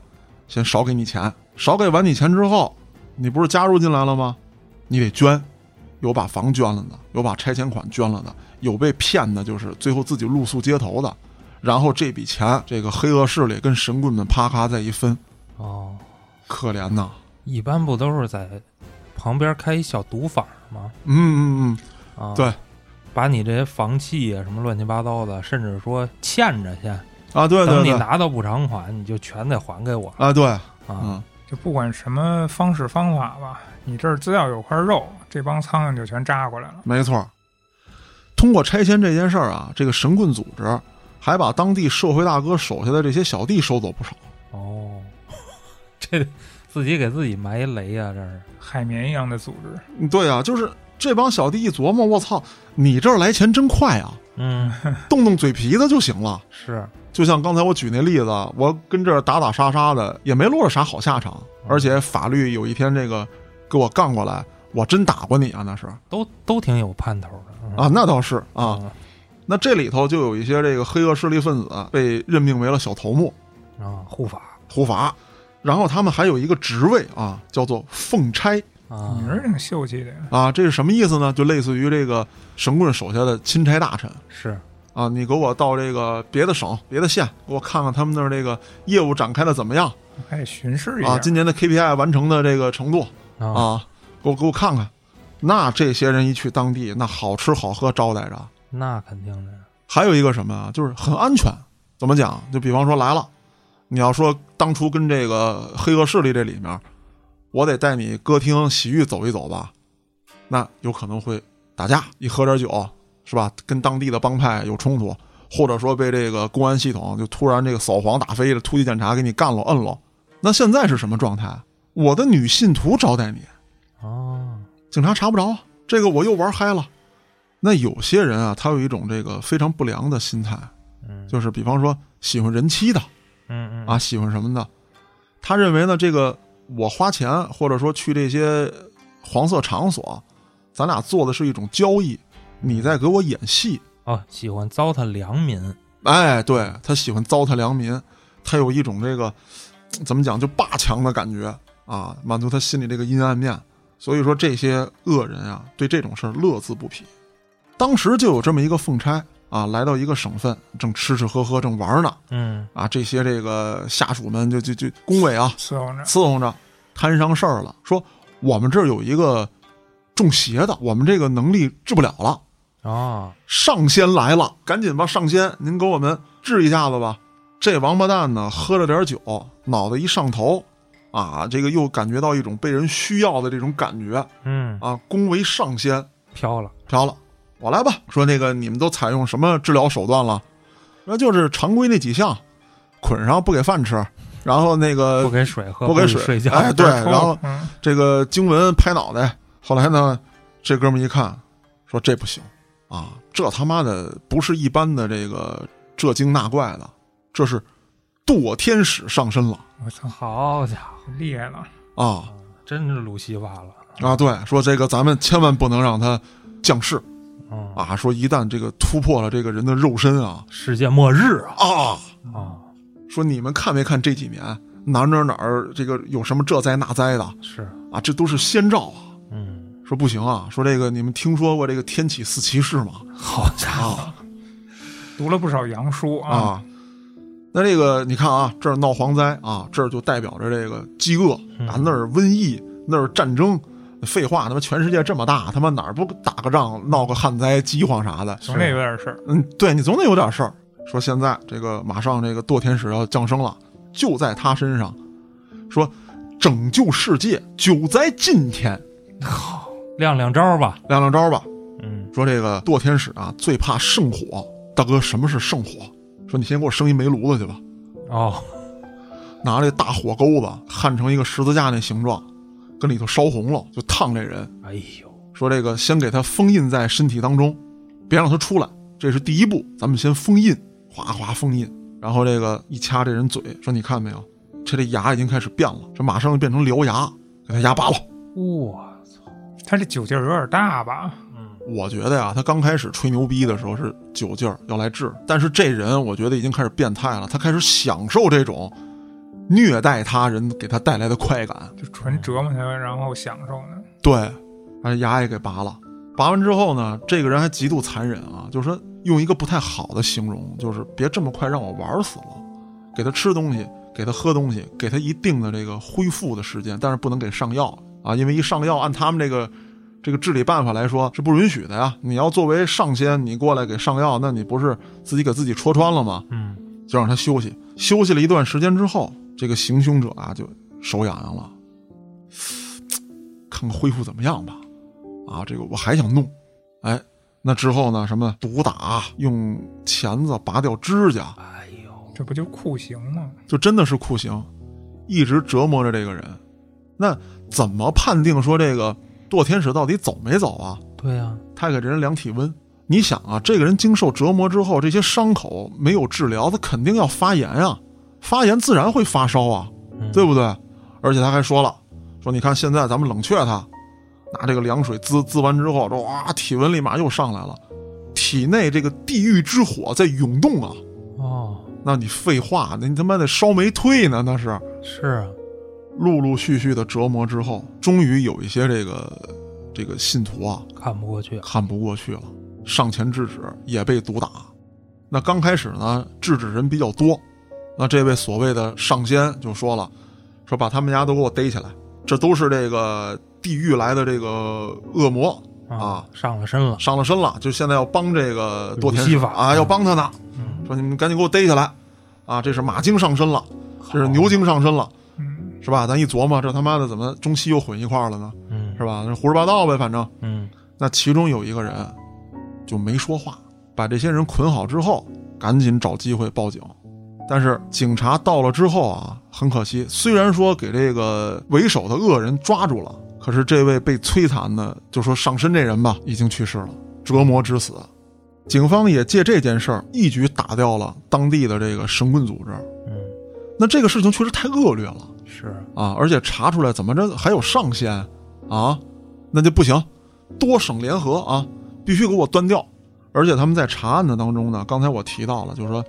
A: 先少给你钱，少给完你钱之后，你不是加入进来了吗？你得捐，有把房捐了的，有把拆迁款捐了的，有被骗的，就是最后自己露宿街头的。然后这笔钱，这个黑恶势力跟神棍们啪咔再一分，
B: 哦，
A: 可怜呐。
B: 一般不都是在旁边开一小赌坊吗？
A: 嗯嗯嗯，
B: 啊，
A: 对，
B: 把你这些房契啊什么乱七八糟的，甚至说欠着先，
A: 啊，对对
B: 等你
A: 对，
B: 拿到补偿款，你就全得还给我了
A: 啊对，
B: 啊。
A: 嗯，
C: 就不管什么方式方法吧，你这儿只要有块肉，这帮苍蝇就全扎过来了。
A: 没错。通过拆迁这件事儿啊，这个神棍组织还把当地社会大哥手下的这些小弟收走不少。
B: 哦， 这自己给自己埋一雷啊，这是
C: 海绵一样的组织，
A: 嗯对啊，就是这帮小弟一琢磨，我操，你这儿来钱真快啊，
B: 嗯
A: 动动嘴皮子就行了。
B: 是
A: 就像刚才我举那例子，我跟这儿打打杀杀的，也没落着啥好下场，而且法律有一天这个给我杠过来，我真打过你啊，那是
B: 都都挺有盼头的嗯
A: 啊，那倒是啊。
B: 啊
A: 那这里头就有一些这个黑恶势力分子被任命为了小头目
B: 啊护法
A: 护法，然后他们还有一个职位啊，叫做奉差
B: 啊
C: 女人挺秀气的。
A: 啊，这是什么意思呢？就类似于这个神棍手下的钦差大臣。
B: 是
A: 啊，你给我到这个别的省、别的县，给我看看他们那儿这个业务展开的怎么样
C: 还得巡视一下。
A: 啊？今年的 KPI 完成的这个程度
B: 啊
A: 啊，给我给我看看。那这些人一去当地，那好吃好喝招待着，啊
B: 那肯定的呀
A: 还有一个什么啊，就是很安全。怎么讲？就比方说来了，你要说当初跟这个黑恶势力这里面，我得带你歌厅、洗浴走一走吧，那有可能会打架，一喝点酒是吧？跟当地的帮派有冲突，或者说被这个公安系统就突然这个扫黄打非了，突击检查给你干了、摁了。那现在是什么状态？我的女信徒招待你，
B: 哦，
A: 警察查不着啊。这个我又玩嗨了。那有些人啊，他有一种这个非常不良的心态，
B: 嗯
A: 就是比方说喜欢人妻的
B: 嗯嗯
A: 啊，喜欢什么的，他认为呢，这个我花钱或者说去这些黄色场所，咱俩做的是一种交易，你在给我演戏。
B: 哦，喜欢糟蹋良民，
A: 哎，对他喜欢糟蹋良民，他有一种这个怎么讲就霸强的感觉啊，满足他心里这个阴暗面。所以说这些恶人啊，对这种事儿乐此不疲。当时就有这么一个奉差啊，来到一个省份，正吃吃喝喝，正玩呢
B: 嗯
A: 啊，这些这个下属们就就就恭维啊，
C: 伺候着，
A: 伺候着，摊上事儿了，说我们这儿有一个中邪的，我们这个能力治不了了。
B: 哦，
A: 上仙来了，赶紧吧，上仙，您给我们治一下子吧。这王八蛋呢，喝了点酒，脑袋一上头，啊，这个又感觉到一种被人需要的这种感觉
B: 嗯，
A: 啊，恭为上仙，
B: 飘了，
A: 飘了，我来吧。说那个你们都采用什么治疗手段了？那就是常规那几项，捆上不给饭吃，然后那
B: 不
A: 个
B: 给水喝，
A: 呃不给
B: 许
A: 水
B: 睡觉，
A: 哎对
C: 抽
A: 然后
C: 嗯，
A: 这个经文拍脑袋。后来呢，这哥们一看，说这不行啊，这他妈的不是一般的这个这精那怪的，这是堕天使上身了
C: 我操，
B: 好家伙，
C: 厉害了，
A: 啊
B: 真是鲁西法了，
A: 啊！对，说这个咱们千万不能让他降世
B: 嗯，
A: 啊！说一旦这个突破了这个人的肉身啊
B: 世界末日啊，
A: 啊！
B: 啊，
A: 说你们看没看这几年哪儿哪儿哪儿这个有什么这灾那灾的
B: 是，
A: 啊？这都是先兆啊！
B: 嗯，
A: 说不行啊！说这个你们听说过这个天启四骑士吗？
B: 好家伙，
A: 啊！
C: 读了不少洋书啊，
A: 啊。那这个你看啊，这儿闹蝗灾啊，这儿就代表着这个饥饿
B: 嗯
A: 啊，那儿瘟疫，那儿战争。废话，他妈全世界这么大，他妈哪儿不打个仗、闹个旱灾、饥荒啥的？
C: 总得有点事儿，
A: 嗯，对你总得有点事儿。说现在这个马上这个堕天使要降生了，就在他身上，说拯救世界，久在今天，
B: 亮亮招吧，
A: 亮亮招吧。
B: 嗯，
A: 说这个堕天使啊，最怕圣火。大哥，什么是圣火？说你先给我生一煤炉子去吧。
B: 哦，
A: 拿这大火钩子焊成一个十字架那形状，跟里头烧红了，就烫这人。
B: 哎呦，
A: 说这个先给他封印在身体当中，别让他出来，这是第一步。咱们先封印，哗哗封印，然后这个一掐这人嘴，说你看没有，这这牙已经开始变了，这马上就变成獠牙，给他牙拔了。
B: 我操，
C: 他这酒劲儿有点大吧？
B: 嗯，
A: 我觉得呀，他刚开始吹牛逼的时候是酒劲儿要来治，但是这人我觉得已经开始变态了，他开始享受这种虐待他人给他带来的快感。
C: 就纯折磨他，然后享受呢。
A: 对，把牙也给拔了。拔完之后呢，这个人还极度残忍啊，就是说用一个不太好的形容，就是别这么快让我玩死了，给他吃东西，给他喝东西，给他一定的这个恢复的时间，但是不能给上药啊，因为一上药，按他们这个这个治理办法来说是不允许的呀。你要作为上仙，你过来给上药，那你不是自己给自己戳穿了吗？
B: 嗯，
A: 就让他休息。休息了一段时间之后，这个行凶者啊就手痒痒了，看看恢复怎么样吧。啊，这个我还想弄。哎，那之后呢？什么毒打，用钳子拔掉指甲，
B: 哎呦，
C: 这不就酷刑吗？
A: 就真的是酷刑，一直折磨着这个人。那怎么判定说这个堕天使到底走没走啊？
B: 对呀，
A: 他给这人量体温。你想啊，这个人经受折磨之后，这些伤口没有治疗，他肯定要发炎啊，发炎自然会发烧啊，
B: 嗯
A: 对不对？而且他还说了，说你看现在咱们冷却它，拿这个凉水滋滋完之后，这哇，体温立马又上来了，体内这个地狱之火在涌动啊。
B: 哦，
A: 那你废话，那你他妈的烧没退呢，那是。
B: 是啊，
A: 陆陆续续的折磨之后，终于有一些这个这个信徒啊，
B: 看不过去，
A: 看不过去了，上前制止，也被毒打。那刚开始呢，制止人比较多，那这位所谓的上仙就说了，说把他们家都给我逮起来，这都是这个地狱来的这个恶魔，啊，
B: 上了身了，
A: 上了身了，就现在要帮这个多田
B: 有戏法
A: 啊，要帮他呢，
B: 嗯
A: 说你们赶紧给我逮起来啊！这是马经上身了，这是牛经上身了，
C: 嗯，
A: 是吧？咱一琢磨，这他妈的怎么中西又混一块儿了呢？
B: 嗯
A: 是吧？那胡说八道呗，反正
B: 嗯
A: 那其中有一个人就没说话，把这些人捆好之后，赶紧找机会报警。但是警察到了之后啊，很可惜，虽然说给这个为首的恶人抓住了，可是这位被摧残的，就说上身这人吧，已经去世了，折磨致死。警方也借这件事儿一举打掉了当地的这个神棍组织。
B: 嗯，
A: 那这个事情确实太恶劣了。
B: 是
A: 啊，而且查出来怎么着还有上限啊，那就不行，多省联合啊，必须给我端掉。而且他们在查案的当中呢，刚才我提到了，就是说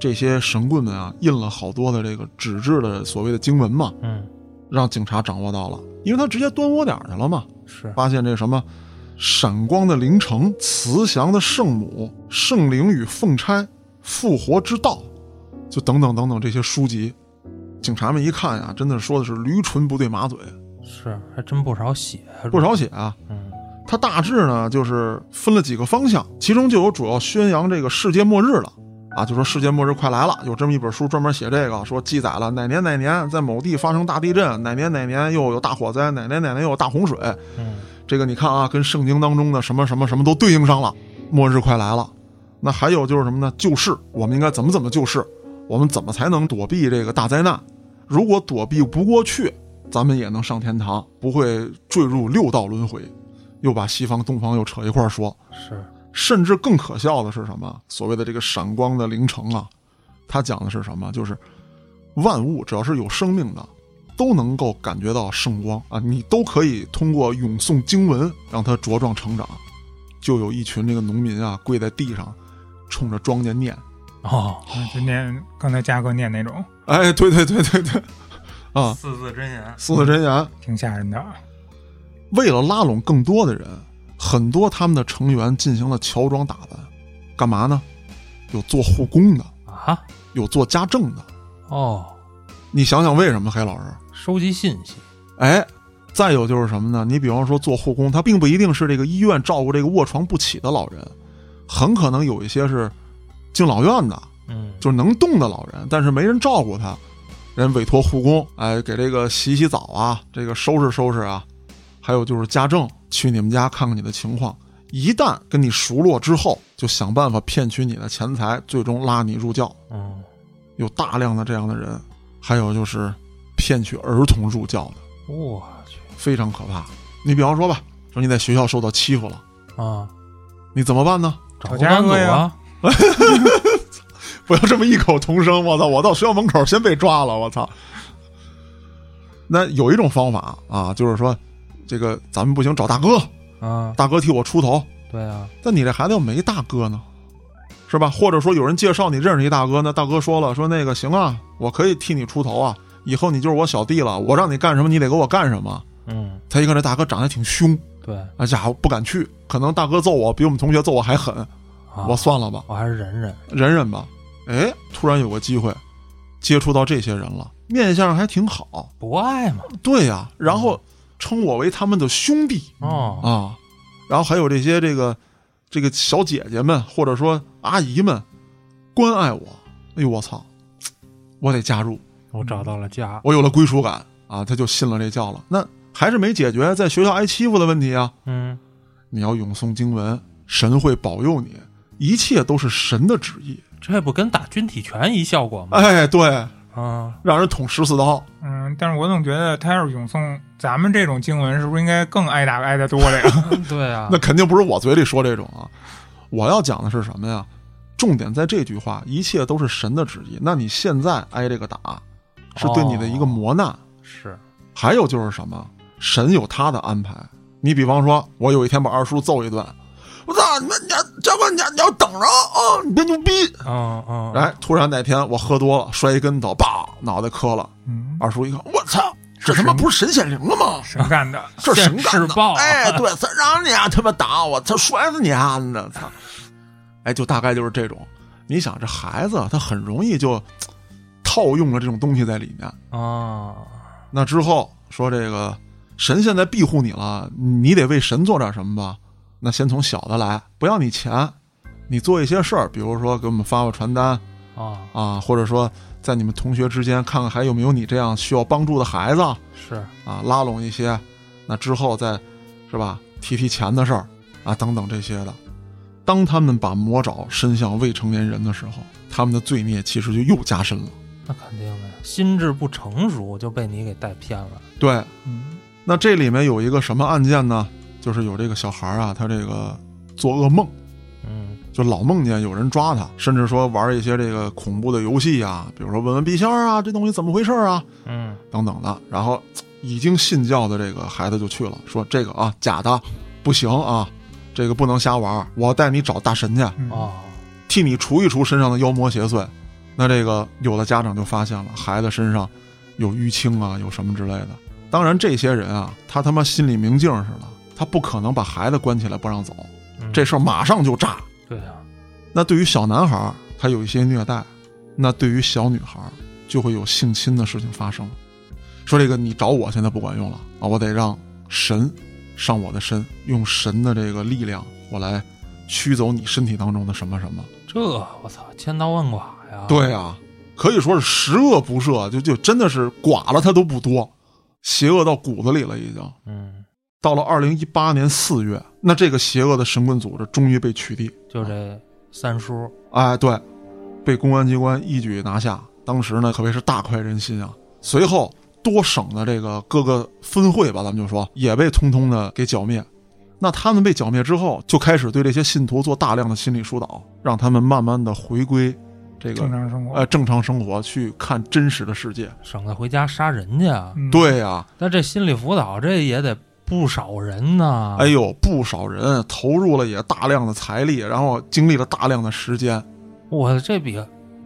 A: 这些神棍们啊，印了好多的这个纸质的所谓的经文嘛，
B: 嗯
A: 让警察掌握到了，因为他直接端窝点儿去了嘛，
B: 是
A: 发现这什么闪光的灵城、慈祥的圣母、圣灵与奉差、复活之道，就等等等等这些书籍。警察们一看呀、啊真的说的是驴唇不对马嘴，
B: 是，还真不少血，
A: 不，少写啊。
B: 嗯
A: 他大致呢就是分了几个方向，其中就有主要宣扬这个世界末日了。啊，就说世界末日快来了，有这么一本书专门写这个，说记载了哪年哪年在某地发生大地震，哪年哪年又有大火灾，哪年哪年又有大洪水，
B: 嗯
A: 这个你看啊，跟圣经当中的什么什么什么都对应上了，末日快来了。那还有就是什么呢？救世，我们应该怎么怎么救世？我们怎么才能躲避这个大灾难？如果躲避不过去，咱们也能上天堂，不会坠入六道轮回。又把西方东方又扯一块儿说，
B: 是，
A: 甚至更可笑的是什么？所谓的这个闪光的灵城啊，它讲的是什么？就是万物只要是有生命的，都能够感觉到圣光啊，你都可以通过咏诵经文让它茁壮成长。就有一群这个农民啊，跪在地上，冲着庄稼念。
B: 哦，
C: 就念刚才嘉哥念那种，
A: 哎，对对对对对，啊，
B: 四字真言，
A: 四字真言。
C: 挺吓人的。啊
A: 为了拉拢更多的人，很多他们的成员进行了乔装打扮，干嘛呢？有做护工的，
B: 啊，
A: 有做家政的，
B: 哦，
A: 你想想为什么，黑老师？
B: 收集信息，
A: 哎，再有就是什么呢？你比方说做护工，他并不一定是这个医院照顾这个卧床不起的老人，很可能有一些是敬老院的，
B: 嗯
A: 就是能动的老人，但是没人照顾他，人委托护工，哎，给这个洗洗澡啊，这个收拾收拾啊，还有就是家政，去你们家看看你的情况。一旦跟你熟络之后，就想办法骗取你的钱财，最终拉你入教。
B: 嗯，
A: 有大量的这样的人，还有就是骗取儿童入教的。
B: 我去
A: 非常可怕。你比方说吧，说你在学校受到欺负了，
B: 啊，
A: 你怎么办呢？
B: 找
C: 找
B: 个
C: 家
B: 班主
C: 哥呀
B: 啊，
A: 不要这么异口同声，我操！我到学校门口先被抓了，我操！那有一种方法啊，就是说，这个咱们不行，找大哥，
B: 啊，
A: 大哥替我出头。
B: 对啊，
A: 但你这孩子要没大哥呢，是吧？或者说有人介绍你认识一大哥，那大哥说了，说那个行啊，我可以替你出头啊，以后你就是我小弟了，我让你干什么，你得给我干什么。
B: 嗯，
A: 他一看这大哥长得还挺凶，
B: 对，
A: 啊家伙不敢去，可能大哥揍我比我们同学揍我还狠，
B: 啊
A: 我算了吧，
B: 我还是忍忍，
A: 忍忍吧。哎，突然有个机会接触到这些人了，面相还挺好。
B: 不爱嘛，
A: 对呀、然后称我为他们的兄弟
B: 哦，
A: 啊，然后还有这些这个这个小姐姐们或者说阿姨们关爱我。哎呦我操，我得加入，
B: 我找到了家，
A: 我有了归属感啊，他就信了这教了。那还是没解决在学校挨欺负的问题啊。
B: 嗯，
A: 你要咏诵经文，神会保佑你，一切都是神的旨意。
B: 这不跟打军体拳一效果吗？
A: 哎，对，
B: 嗯啊，
A: 让人捅十四刀。
C: 嗯，但是我总觉得他要是咏诵咱们这种经文，是不是应该更挨打挨得多了呀？
B: 对啊
A: 那，肯定不是我嘴里说这种啊。我要讲的是什么呀？重点在这句话，一切都是神的旨意。那你现在挨这个打，是对你的一个磨难。
B: 是，
A: 还有就是什么，神有他的安排。你比方说，我有一天把二叔揍一顿，我操，你们你要教官，你要你要等着啊！你别牛逼。
B: 嗯嗯，
A: 哎，突然哪天我喝多了，摔一跟头，叭，脑袋磕了。
C: 嗯，
A: 二叔一看，我操，这他妈不是神仙灵了啊吗？
C: 谁干的？
A: 这是神干
B: 现
A: 的
B: 世报！啊
A: 哎，对，他让你丫他妈打我，他摔死你丫的！操！哎，就大概就是这种。你想，这孩子啊他很容易就嘖套用了这种东西在里面。
B: 啊，
A: 那之后说这个神现在庇护你了，你得为神做点什么吧？那先从小的来，不要你钱，你做一些事儿，比如说给我们发发传单
B: 啊，
A: 啊，或者说在你们同学之间看看还有没有你这样需要帮助的孩子
B: 是
A: 啊，拉拢一些，那之后再是吧，提提钱的事儿啊，等等这些的。当他们把魔爪伸向未成年人的时候，他们的罪孽其实就又加深了。
B: 那肯定的呀，心智不成熟就被你给带偏了。
A: 对，
C: 嗯
A: 那这里面有一个什么案件呢？就是有这个小孩儿啊，他这个做噩梦，
B: 嗯
A: 就老梦见有人抓他，甚至说玩一些这个恐怖的游戏啊，比如说问问笔仙儿啊，这东西怎么回事儿啊，
B: 嗯，
A: 等等的。然后嘖已经信教的这个孩子就去了，说这个啊假的，不行啊，这个不能瞎玩儿，我要带你找大神去，
C: 嗯
B: 哦，
A: 替你除一除身上的妖魔邪祟。那这个有的家长就发现了孩子身上有淤青啊，有什么之类的。当然，这些人啊，他他妈心里明镜似的，他不可能把孩子关起来不让走，
B: 嗯
A: 这事儿马上就炸。
B: 对啊，
A: 那对于小男孩儿，他有一些虐待；那对于小女孩儿，就会有性侵的事情发生。说这个你找我现在不管用了啊，我得让神上我的身，用神的这个力量，我来驱走你身体当中的什么什么。
B: 这我操，千刀万剐呀！
A: 对啊，可以说是十恶不赦，就就真的是剐了他都不多，邪恶到骨子里了已经。
B: 嗯，
A: 到了二零一八年四月，那这个邪恶的神棍组织终于被取缔，
B: 就这三叔，
A: 哎，对，被公安机关一举拿下。当时呢，可谓是大快人心啊。随后，多省的这个各个分会吧，咱们就说也被通通的给剿灭。那他们被剿灭之后，就开始对这些信徒做大量的心理疏导，让他们慢慢的回归这
C: 正
A: 个
C: 常生活。
A: 呃正常生活，去看真实的世界。
B: 省得回家杀人家。
C: 嗯，
A: 对呀、
B: 那这心理辅导这也得不少人呢。
C: 啊
A: 哎，呦，不少人投入了也大量的财力，然后经历了大量的时间，
B: 我这比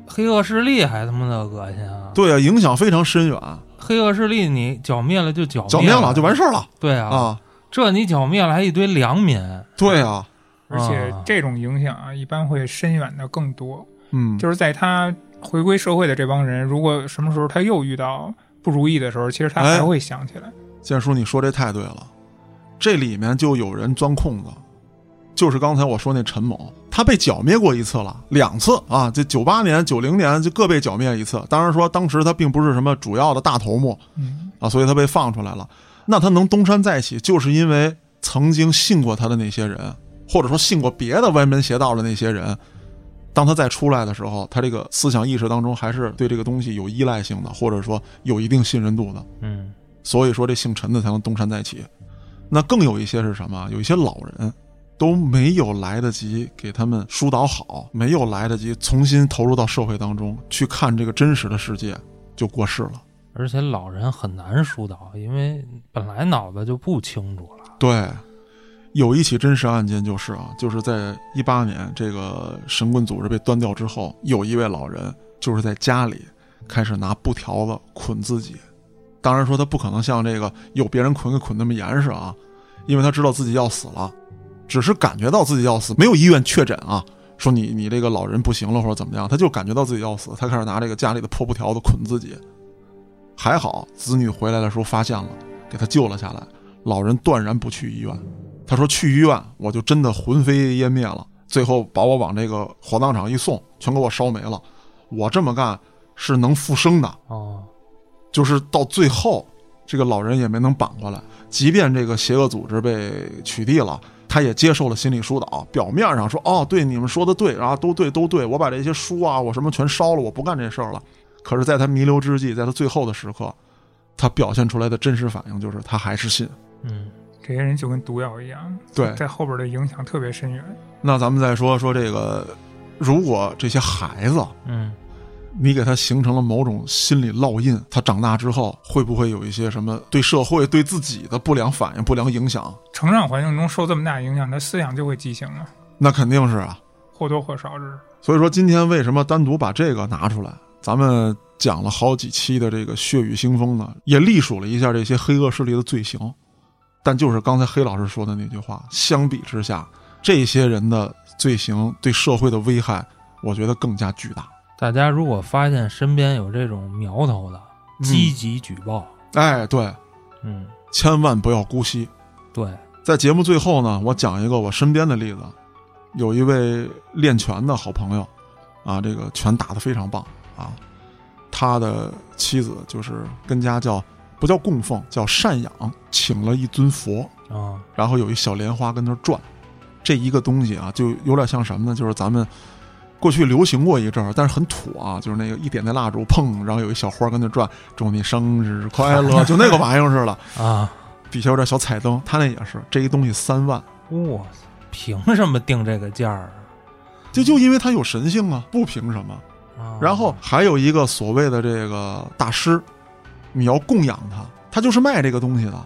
B: 黑恶势力还他妈的恶心啊！
A: 对呀、影响非常深远，啊
B: 黑恶势力你剿灭了就剿
A: 剿灭
B: 灭
A: 了就完事儿了
B: 对啊，
A: 啊！嗯
B: 这你剿灭了还一堆良民，
A: 对呀，
C: 而且
B: 啊
C: 这种影响啊，一般会深远的更多。
A: 嗯，
C: 就是在他回归社会的这帮人，如果什么时候他又遇到不如意的时候，其实他
A: 哎
C: 还会想起来。
A: 建叔，你说这太对了，这里面就有人钻空子，就是刚才我说那陈某，他被剿灭过一次了，两次啊，这九八年、九零年就各被剿灭一次。当然说当时他并不是什么主要的大头目
C: 嗯，
A: 啊，所以他被放出来了。那他能东山再起，就是因为曾经信过他的那些人，或者说信过别的歪门邪道的那些人。当他再出来的时候，他这个思想意识当中还是对这个东西有依赖性的，或者说有一定信任度的。
B: 嗯
A: 所以说这姓陈的才能东山再起。那更有一些是什么啊？有一些老人都没有来得及给他们疏导好，没有来得及重新投入到社会当中去看这个真实的世界，就过世了。
B: 而且老人很难疏导，因为本来脑子就不清楚了。
A: 对，有一起真实案件就是啊，就是在一八年这个神棍组织被端掉之后，有一位老人就是在家里开始拿布条子捆自己。当然说他不可能像这个有别人捆给捆那么严实啊，因为他知道自己要死了，只是感觉到自己要死，没有医院确诊啊，说你你这个老人不行了或者怎么样，他就感觉到自己要死，他开始拿这个家里的破布条子捆自己。还好子女回来的时候发现了，给他救了下来。老人断然不去医院。他说去医院我就真的魂飞烟灭了，最后把我往这个火葬场一送，全给我烧没了。我这么干是能复生的，
B: 哦，
A: 就是到最后这个老人也没能扳过来。即便这个邪恶组织被取缔了，他也接受了心理疏导，表面上说哦对你们说的对，啊都对都对，我把这些书啊我什么全烧了，我不干这事儿了。可是，在他弥留之际，在他最后的时刻，他表现出来的真实反应就是他还是信。
B: 嗯，
C: 这些人就跟毒药一样，
A: 对
C: 在后边的影响特别深远。
A: 那咱们再说说这个，如果这些孩子
B: 嗯，
A: 你给他形成了某种心理烙印，他长大之后会不会有一些什么对社会、对自己的不良反应、不良影响？
C: 成长环境中受这么大影响，他思想就会畸形了，
A: 那肯定是啊。
C: 或多或少是。
A: 所以说，今天为什么单独把这个拿出来？咱们讲了好几期的这个血雨腥风呢，也隶属了一下这些黑恶势力的罪行。但就是刚才黑老师说的那句话，相比之下，这些人的罪行对社会的危害，我觉得更加巨大。
B: 大家如果发现身边有这种苗头的，
A: 嗯
B: 积极举报。
A: 哎，对，
B: 嗯，
A: 千万不要姑息。
B: 对，
A: 在节目最后呢，我讲一个我身边的例子，有一位练拳的好朋友，啊，这个拳打得非常棒啊，他的妻子就是跟家叫不叫供奉，叫赡养，请了一尊佛，
B: 啊，
A: 然后有一小莲花跟那儿转，这一个东西啊，就有点像什么呢？就是咱们过去流行过一阵儿，但是很土啊，就是那个一点那蜡烛，砰，然后有一小花跟那转，祝你生日快乐，就那个玩意儿似的。
B: 啊，
A: 底下有点小彩灯，他那也是这一东西三万，
B: 哇塞，凭什么定这个价儿
A: 这就因为它有神性啊，不凭什么。
B: 啊？
A: 然后还有一个所谓的这个大师，你要供养他，他就是卖这个东西的。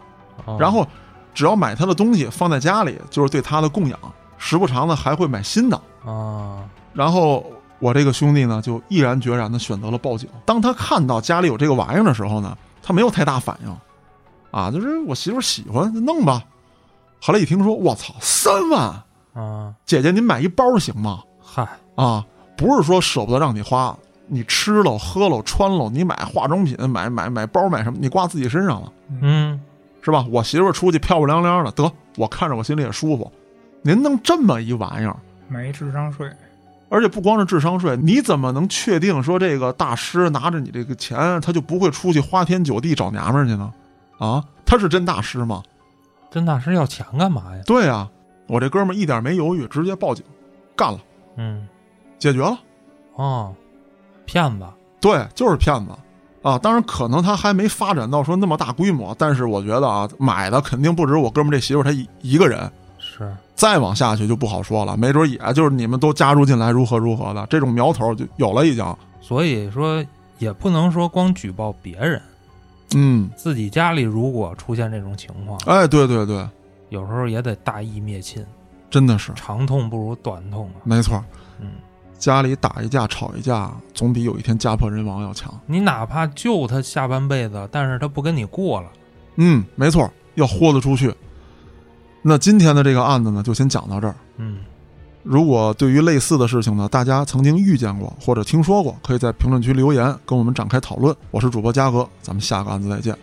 B: 啊，
A: 然后只要买他的东西放在家里，就是对他的供养，时不常的还会买新的。
B: 啊，
A: 然后我这个兄弟呢，就毅然决然的选择了报警。当他看到家里有这个玩意儿的时候呢，他没有太大反应，啊，就是我媳妇儿喜欢，就弄吧。后来一听说，我操，三万，
B: 啊，
A: 姐姐您买一包行吗？
B: 嗨，
A: 啊，不是说舍不得让你花，你吃了、喝了、穿了，你买化妆品、买买买包、买什么，你挂自己身上了，
B: 嗯，
A: 是吧？我媳妇儿出去漂漂亮亮的，得我看着我心里也舒服。您弄这么一玩意儿，
C: 没智商税，
A: 而且不光是智商税，你怎么能确定说这个大师拿着你这个钱，他就不会出去花天酒地找娘们儿去呢？啊，他是真大师吗？
B: 真大师要钱干嘛呀？
A: 对啊，我这哥们儿一点没犹豫，直接报警，干了，
B: 嗯，
A: 解决了。
B: 哦，骗子，
A: 对，就是骗子啊！当然，可能他还没发展到说那么大规模，但是我觉得啊，买的肯定不止我哥们儿这媳妇儿她一一个人。
B: 是，
A: 再往下去就不好说了，没准也就是你们都加入进来，如何如何的这种苗头就有了已经。
B: 所以说也不能说光举报别人，
A: 嗯，
B: 自己家里如果出现这种情况，
A: 哎，对对对，
B: 有时候也得大义灭亲，
A: 真的是
B: 长痛不如短痛啊。
A: 没错。
B: 嗯，
A: 家里打一架、吵一架，总比有一天家破人亡要强。
B: 你哪怕救他下半辈子，但是他不跟你过了，
A: 嗯，没错，要豁得出去。那今天的这个案子呢，就先讲到这儿。
B: 嗯，
A: 如果对于类似的事情呢，大家曾经遇见过或者听说过，可以在评论区留言跟我们展开讨论。我是主播嘉哥，咱们下个案子再见，